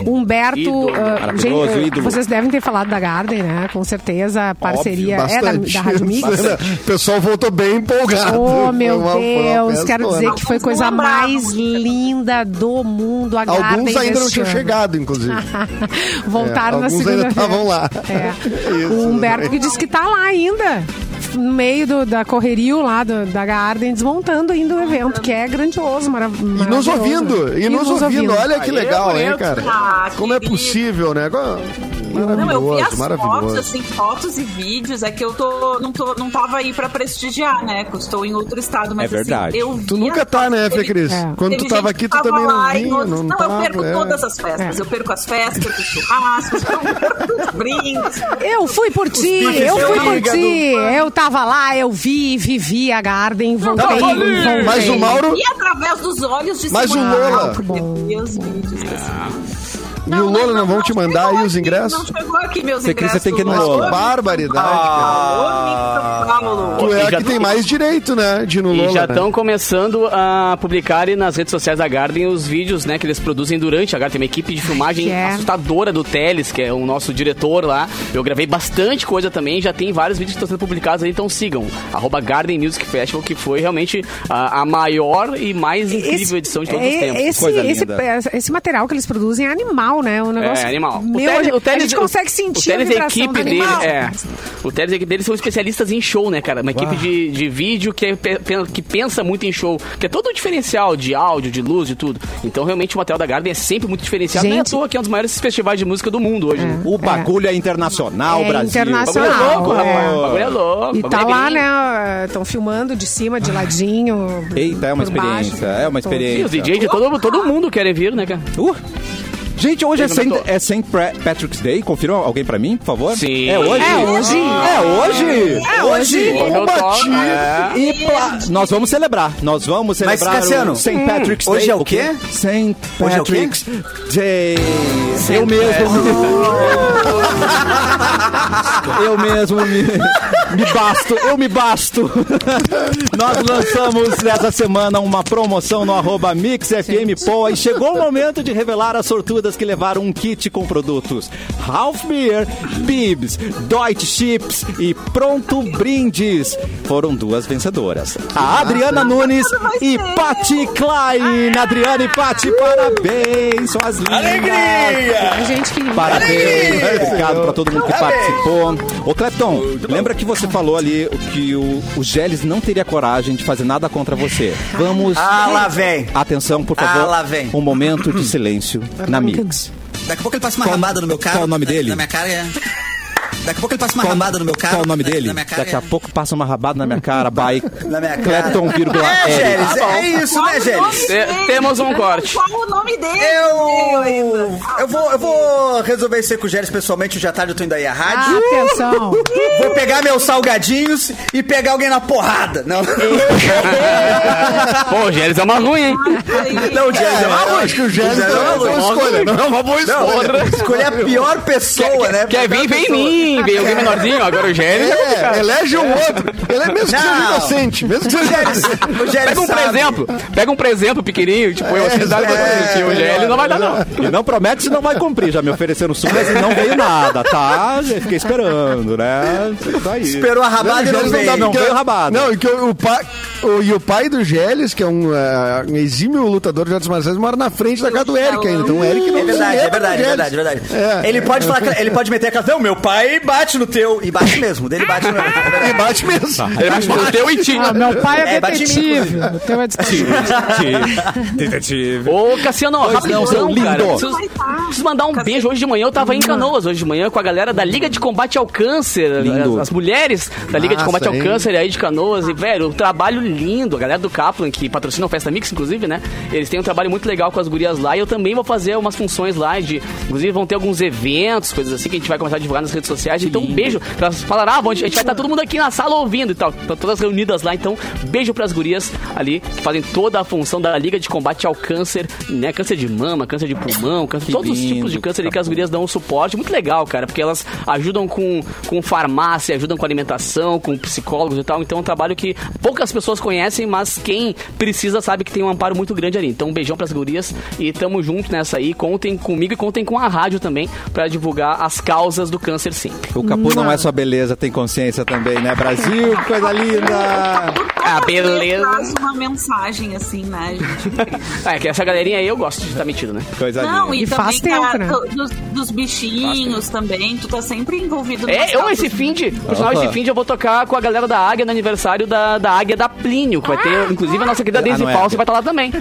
Speaker 4: Humberto, ah,
Speaker 1: Maravilhoso,
Speaker 4: gente,
Speaker 1: ídolo.
Speaker 4: vocês devem ter falado da Garden, né? Com certeza, a parceria
Speaker 3: Óbvio,
Speaker 4: é da,
Speaker 3: bastante.
Speaker 4: da Rádio Mix.
Speaker 3: Bastante. O pessoal voltou bem empolgado.
Speaker 4: Oh, meu
Speaker 3: Foi uma- foi uma
Speaker 4: Deus,
Speaker 3: festa,
Speaker 4: quero
Speaker 3: né?
Speaker 4: dizer que foi
Speaker 5: Alguns
Speaker 4: coisa
Speaker 5: não lembravam.
Speaker 4: mais linda do mundo. A Garden
Speaker 3: Alguns ainda não
Speaker 4: deste
Speaker 3: tinham
Speaker 4: ano.
Speaker 3: chegado, inclusive.
Speaker 4: Voltaram
Speaker 3: É,
Speaker 4: na
Speaker 3: alguns
Speaker 4: segunda
Speaker 3: ainda estavam lá.
Speaker 4: É.
Speaker 3: Isso,
Speaker 4: o Humberto
Speaker 3: né?
Speaker 4: que disse que tá lá ainda. No meio do- da correria lá do- da Garden, desmontando ainda o evento, que é grandioso, mara
Speaker 3: E nos
Speaker 4: maravilhoso.
Speaker 3: ouvindo, e, nos, ouvindo. Olha que legal, hein, cara?
Speaker 5: Ah,
Speaker 3: Como é
Speaker 5: querido.
Speaker 3: possível, né? Como-
Speaker 5: Não, eu vi as fotos,
Speaker 3: Maravilhoso, maravilhoso.
Speaker 5: assim, fotos e vídeos. É que eu tô, não, tô, não tava aí pra prestigiar, né? Que eu Estou em outro estado, mas
Speaker 1: É verdade.
Speaker 5: assim, eu vi
Speaker 3: Tu nunca
Speaker 5: as
Speaker 3: tá,
Speaker 5: fotos,
Speaker 3: né, Fê
Speaker 5: teve-
Speaker 3: Cris?
Speaker 4: É.
Speaker 3: Quando tu
Speaker 5: Teve
Speaker 3: tava
Speaker 5: gente
Speaker 3: aqui,
Speaker 5: que
Speaker 3: tu também não
Speaker 5: lá e
Speaker 3: vinha,
Speaker 5: outros-
Speaker 3: não,
Speaker 5: não, eu
Speaker 3: tava,
Speaker 5: perco
Speaker 3: é.
Speaker 5: todas as festas. Eu perco as festas, perco os churrascos, perco os brindes.
Speaker 4: Eu fui por ti,
Speaker 6: bifes
Speaker 4: eu
Speaker 6: do
Speaker 4: fui por
Speaker 6: fígado.
Speaker 4: ti. Eu tava lá, eu vi, vivi a Garden, voltei.
Speaker 5: tava ali.
Speaker 4: voltei.
Speaker 3: tá Mas o Mauro
Speaker 5: E através dos olhos de
Speaker 3: Mas
Speaker 5: Simone
Speaker 3: o Lola-
Speaker 5: Weil, eu vi os vídeos desse-
Speaker 3: e o Lola não vão te mandar
Speaker 5: chegou
Speaker 3: aí os
Speaker 5: aqui,
Speaker 3: ingressos?
Speaker 5: Não chegou aqui meus
Speaker 1: Você, Cris,
Speaker 5: ingressos.
Speaker 1: você tem que ir no
Speaker 5: Mas
Speaker 1: Lola.
Speaker 5: ô,
Speaker 3: Barbaridade, cara.
Speaker 5: Ô,
Speaker 6: Ah,
Speaker 5: São Paulo.
Speaker 3: Tu é
Speaker 2: e
Speaker 3: a
Speaker 2: já-
Speaker 3: que tem mais direito, né, de ir no
Speaker 2: E
Speaker 3: Lola.
Speaker 2: já
Speaker 3: né?
Speaker 2: estão começando a publicarem nas redes sociais da Garden os vídeos, né, que eles produzem durante a Garden. Tem uma equipe de filmagem
Speaker 4: Que é.
Speaker 2: assustadora do Teles, que é o nosso diretor lá. Eu gravei bastante coisa também, já tem vários vídeos que estão sendo publicados aí, então sigam. Arroba Garden Music Festival, que foi realmente a, a maior e mais incrível edição de todos os
Speaker 4: é-
Speaker 2: tempos.
Speaker 4: Esse,
Speaker 1: Coisa
Speaker 4: esse,
Speaker 1: linda.
Speaker 4: esse material que eles produzem é animal, né? O negócio
Speaker 2: É, animal.
Speaker 4: Meu,
Speaker 2: Teles-
Speaker 4: a-
Speaker 2: Teles-
Speaker 4: a gente consegue sentir
Speaker 2: o Teles e
Speaker 4: a
Speaker 2: a
Speaker 4: vibração do
Speaker 2: equipe dele,
Speaker 4: animal.
Speaker 2: é. O Teles e a equipe dele são especialistas em show, né, cara? Uma equipe de, de vídeo que, é pe- pe- que pensa muito em show, que é todo o diferencial de áudio, de luz, de tudo. Então, realmente, o material da Garden é sempre muito diferenciado. Não é à
Speaker 4: Gente.
Speaker 2: toa que é um dos maiores festivais de música do mundo hoje. né?
Speaker 1: O bagulho é, internacional,
Speaker 4: É
Speaker 1: Brasil. O
Speaker 4: internacional,
Speaker 1: bagulho é louco,
Speaker 4: é.
Speaker 1: rapaz.
Speaker 2: O bagulho é louco.
Speaker 4: E
Speaker 2: o bagulho
Speaker 4: tá
Speaker 2: é
Speaker 4: lá,
Speaker 2: gringo.
Speaker 4: né? Estão filmando de cima, de ladinho.
Speaker 1: Eita, é uma
Speaker 4: por baixo.
Speaker 1: experiência, é uma
Speaker 2: E os
Speaker 1: experiência.
Speaker 2: DJs de todo, todo mundo querem vir, né, cara?
Speaker 1: Uh! Gente, hoje é
Speaker 2: Ele
Speaker 1: Saint,
Speaker 2: comentou.
Speaker 1: é Saint Pra- Patrick's Day. Confirma alguém pra mim, por favor?
Speaker 2: Sim.
Speaker 1: É hoje?
Speaker 4: É hoje.
Speaker 1: É hoje?
Speaker 6: É hoje.
Speaker 2: Hoje eu tô- é.
Speaker 1: E pla- nós vamos celebrar. Nós vamos
Speaker 6: Mas,
Speaker 1: celebrar
Speaker 6: Cassiano,
Speaker 1: o St. Patrick's Day.
Speaker 6: hoje é o quê?
Speaker 1: St.
Speaker 6: Hoje é o quê?
Speaker 1: Patrick's Day. Eu mesmo. eu mesmo me, me basto. Eu me basto. nós lançamos nessa semana uma promoção no arroba MixFMPoa e chegou o momento de revelar as sortudas que levaram um kit com produtos Half Beer, Bibs, Deutsche Chips e Pronto Brindes. Foram duas vencedoras, a Adriana Nunes e Pati Klein. Adriana e Pati, parabéns, suas lindas.
Speaker 4: A gente que.
Speaker 1: Parabéns,
Speaker 6: É,
Speaker 1: obrigado pra todo mundo que participou. Ô Clepton, lembra que você falou ali que o, o Geles não teria coragem de fazer nada contra você. Vamos.
Speaker 6: Ah, lá vem.
Speaker 1: Atenção, por
Speaker 6: Ah,
Speaker 1: favor.
Speaker 6: lá vem.
Speaker 1: Um momento de silêncio na Mix.
Speaker 6: Daqui a pouco ele passa uma
Speaker 1: Qual-
Speaker 6: ramada no meu carro.
Speaker 1: qual o nome
Speaker 6: na-
Speaker 1: dele?
Speaker 6: Na minha cara é... Daqui a pouco ele passa uma ramada no meu carro.
Speaker 1: Qual é o nome
Speaker 6: na-
Speaker 1: dele?
Speaker 6: Na minha cara
Speaker 1: Daqui a
Speaker 6: é...
Speaker 1: pouco passa uma rabada na minha cara, by
Speaker 6: Na minha cara.
Speaker 1: Clepton, vírgula
Speaker 6: É,
Speaker 1: L.
Speaker 6: Gélis, é, isso,
Speaker 5: Qual
Speaker 6: né,
Speaker 5: o
Speaker 6: Gélis?
Speaker 5: nome
Speaker 2: Te-
Speaker 5: dele?
Speaker 2: temos um corte.
Speaker 5: Qual o nome dele?
Speaker 6: Eu... Eu vou, eu vou resolver isso aí com o Gélis pessoalmente. Hoje à tarde eu tô indo aí à
Speaker 4: Ah,
Speaker 6: rádio.
Speaker 4: Atenção.
Speaker 6: Vou pegar meus salgadinhos e pegar alguém na porrada. Não,
Speaker 2: Pô, o Gélis é uma ruim, hein?
Speaker 6: não o Gélis é,
Speaker 1: Ah,
Speaker 6: uma
Speaker 3: Eu
Speaker 6: ruim.
Speaker 3: acho que o Gélis não é uma boa escolha. Não é uma boa escolha.
Speaker 6: Escolher a pior pessoa, né?
Speaker 2: Quer vir, vem em mim. Vem alguém menorzinho. Agora o Gélis é
Speaker 3: É, elege um outro. Ele é mesmo que seja
Speaker 6: Não. É,
Speaker 3: inocente. Mesmo que seja
Speaker 6: Gélis, o Gélis
Speaker 2: Pega um
Speaker 6: sabe.
Speaker 2: presente, pega um presente pequenininho, tipo, eu assim, dá pra
Speaker 6: é,
Speaker 2: é, o GL não vai dar não.
Speaker 1: E não promete se não vai cumprir. Já me ofereceram surras e não veio nada, tá? Eu Fiquei esperando, né? Isso aí.
Speaker 6: Esperou a rabada e
Speaker 1: Não,
Speaker 6: não
Speaker 1: Gélis não
Speaker 6: veio.
Speaker 1: dá, não.
Speaker 3: que-
Speaker 1: veio rabada.
Speaker 3: Não, e que o, o pai. o- e o pai do Gélis, que é um, eh, um exímio lutador de artes marciais, mora na frente da casa do Eric ainda. Então o Eric não
Speaker 6: É verdade,
Speaker 3: se
Speaker 6: é
Speaker 3: lembra do
Speaker 6: verdade, é
Speaker 3: Gélis.
Speaker 6: verdade, é verdade.
Speaker 3: É.
Speaker 6: Ele pode falar, que- ele pode meter aquela. Não, meu pai bate no teu. E bate mesmo, dele bate no. é verdade.
Speaker 3: E bate mesmo.
Speaker 1: Tá.
Speaker 2: Ele vai te teu e ti.
Speaker 4: Ah, meu pai é,
Speaker 6: É, bate em mim,
Speaker 4: detetive. O teu é detetive.
Speaker 1: Tentativa.
Speaker 2: Ô, Cassiano, rapidão,
Speaker 1: não, seu lindo.
Speaker 2: cara. Preciso, preciso mandar um beijo. Hoje de manhã eu tava em Canoas, hoje de manhã, com a galera da Liga de Combate ao Câncer.
Speaker 1: Lindo.
Speaker 2: As, as mulheres da Liga de
Speaker 3: Massa,
Speaker 2: Combate ao
Speaker 3: hein?
Speaker 2: Câncer aí de Canoas. E, velho, um trabalho lindo. A galera do Kaplan, que patrocina o Festa Mix, inclusive, né? Eles têm um trabalho muito legal com as gurias lá. E eu também vou fazer umas funções lá. De, inclusive, vão ter alguns eventos, coisas assim, que a gente vai começar a divulgar nas redes sociais. então, um beijo. Elas falaram, ah, bom, a gente vai estar todo mundo aqui na sala ouvindo e tal. Estão todas reunidas lá. Então, beijo pras gurias ali, que fazem toda a função da Liga de Combate ao Câncer, né? Câncer de mama, câncer de pulmão, câncer, todos os
Speaker 1: lindo,
Speaker 2: tipos de câncer ali que as gurias dão um suporte. Muito legal, cara, porque elas ajudam com, com farmácia, ajudam com alimentação, com psicólogos e tal. Então é um trabalho que poucas pessoas conhecem, mas quem precisa sabe que tem um amparo muito grande ali. Então um beijão pras gurias e tamo junto nessa aí. Contem comigo e contem com a rádio também pra divulgar as causas do câncer sempre.
Speaker 1: O Capô não é só beleza, tem consciência, audiência também, né? Brasil, que coisa linda!
Speaker 2: Ah, beleza.
Speaker 5: Traz uma mensagem assim, né, gente?
Speaker 2: Ah, é que essa galerinha aí eu gosto de estar metido, né?
Speaker 1: Coisa
Speaker 5: Não,
Speaker 1: linda.
Speaker 5: e,
Speaker 4: E
Speaker 5: também
Speaker 4: faz
Speaker 5: tá,
Speaker 4: tempo, né?
Speaker 5: do- dos, dos bichinhos também, tu tá sempre envolvido
Speaker 2: É, eu
Speaker 5: eu
Speaker 2: esse fim de. Por sinal,
Speaker 1: Aham.
Speaker 2: esse fim de eu vou tocar com a galera da Águia no aniversário da, da Águia da Plínio. que Vai
Speaker 4: Ah,
Speaker 2: ter, inclusive, a nossa querida Daisy
Speaker 1: não é Águia.
Speaker 2: Pause vai estar lá também.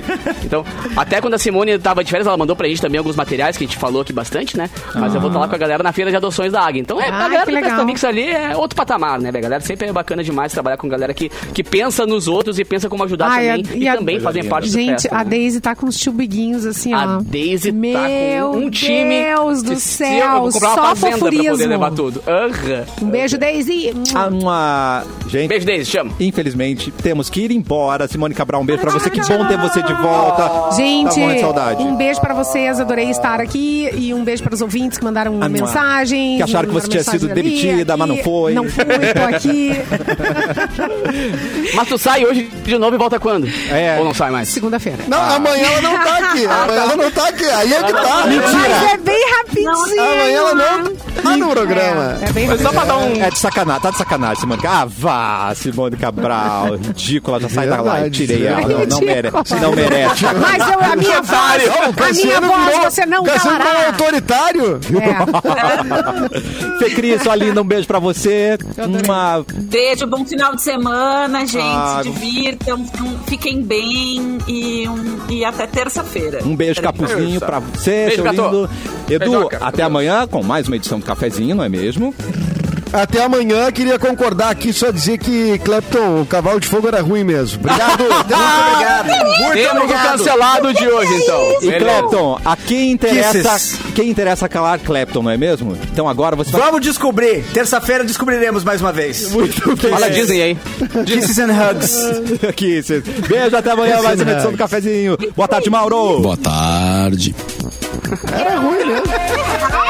Speaker 2: Então, até quando a Simone tava de férias, ela mandou pra gente também alguns materiais que a gente falou aqui bastante, né? Mas eu vou estar
Speaker 1: Ah.
Speaker 2: lá com a galera na feira de adoções da Águia. Então, é,
Speaker 4: Ah,
Speaker 2: a galera
Speaker 4: que
Speaker 2: do Festa
Speaker 4: legal.
Speaker 2: Mix ali é outro patamar, né? velho? A galera sempre é bacana demais trabalhar com galera que, que pensa nos outros e pensa como ajudar
Speaker 4: Ai,
Speaker 2: também.
Speaker 4: a-
Speaker 2: e
Speaker 4: e a-
Speaker 2: também fazem parte do
Speaker 4: Gente,
Speaker 2: festa,
Speaker 4: a
Speaker 2: né?
Speaker 4: Daisy tá com uns tubiguinhos assim,
Speaker 2: A
Speaker 4: ó.
Speaker 2: Daisy
Speaker 4: Meu
Speaker 2: tá com um time.
Speaker 4: Deus do
Speaker 2: de- se-
Speaker 4: céu,
Speaker 2: eu vou comprar uma
Speaker 4: só
Speaker 2: fazenda pra poder
Speaker 4: fofurismo.
Speaker 2: levar tudo. Aham.
Speaker 4: Um beijo, Daisy.
Speaker 1: Ah, uma- Gente,
Speaker 2: Beijo, Daisy, chama.
Speaker 1: infelizmente, temos que ir embora. Simone Cabral, um beijo pra você. Que bom ter você de volta.
Speaker 4: Gente,
Speaker 1: Tava morrendo de tá é saudade.
Speaker 4: um beijo pra vocês, adorei estar aqui. E um beijo para os ouvintes que mandaram
Speaker 1: Mua.
Speaker 4: mensagens.
Speaker 1: Que acharam que
Speaker 4: mandaram
Speaker 1: você tinha sido
Speaker 4: mensagem ali,
Speaker 1: demitida, mas não
Speaker 4: aqui.
Speaker 1: foi.
Speaker 4: Não fui, tô aqui.
Speaker 2: Mas tu sai hoje de novo e volta quando?
Speaker 1: É.
Speaker 2: Ou não sai mais?
Speaker 4: Segunda-feira.
Speaker 3: Não, amanhã ela não tá aqui. Amanhã ela não tá aqui. Aí é que tá.
Speaker 4: Mas é bem rapidinho. né?
Speaker 3: Amanhã ela não tá no programa.
Speaker 4: É, é bem
Speaker 2: Mas
Speaker 4: rapidinho.
Speaker 2: só pra dar um.
Speaker 1: É de sacanagem, tá de sacanagem, Simone. Ah, vá, Simone Cabral, ridícula, já sai da live,
Speaker 3: Verdade,
Speaker 1: tirei ela. Não, não merece,
Speaker 4: Ridícula.
Speaker 1: não merece.
Speaker 4: Mas eu, a minha voz, a minha voz você não
Speaker 3: Cassiano virou
Speaker 4: calará.
Speaker 3: autoritário?
Speaker 4: É.
Speaker 1: Fê Cris, sua linda, um beijo pra você. Uma
Speaker 5: Beijo, bom final de semana, gente.
Speaker 1: Ah.
Speaker 5: Se divirtam, um- fiquem bem e, um- e até terça-feira.
Speaker 1: Um beijo, Capuzinho, pra você,
Speaker 2: Beijo,
Speaker 1: seu
Speaker 2: Gato.
Speaker 1: lindo. Edu,
Speaker 2: Beijoca.
Speaker 1: até amanhã com mais uma edição do Cafezinho, não é mesmo?
Speaker 3: Até amanhã, queria concordar aqui, só dizer que, Clepton, o cavalo de fogo era ruim mesmo. Obrigado.
Speaker 6: Muito obrigado. Muito
Speaker 2: Temos o
Speaker 6: obrigado.
Speaker 2: cancelado de hoje, então.
Speaker 1: E
Speaker 2: Beleza.
Speaker 1: Clepton, a quem interessa,
Speaker 6: Kisses.
Speaker 1: quem interessa calar Clepton, não é mesmo? Então agora você vai...
Speaker 6: Vamos descobrir. Terça-feira descobriremos mais uma vez.
Speaker 2: Fala Disney aí.
Speaker 6: Kisses and hugs.
Speaker 1: Kisses. Beijo, até amanhã, mais uma edição do Cafezinho. Boa tarde, Mauro.
Speaker 9: Boa tarde.
Speaker 3: Era ruim mesmo.
Speaker 5: Ah,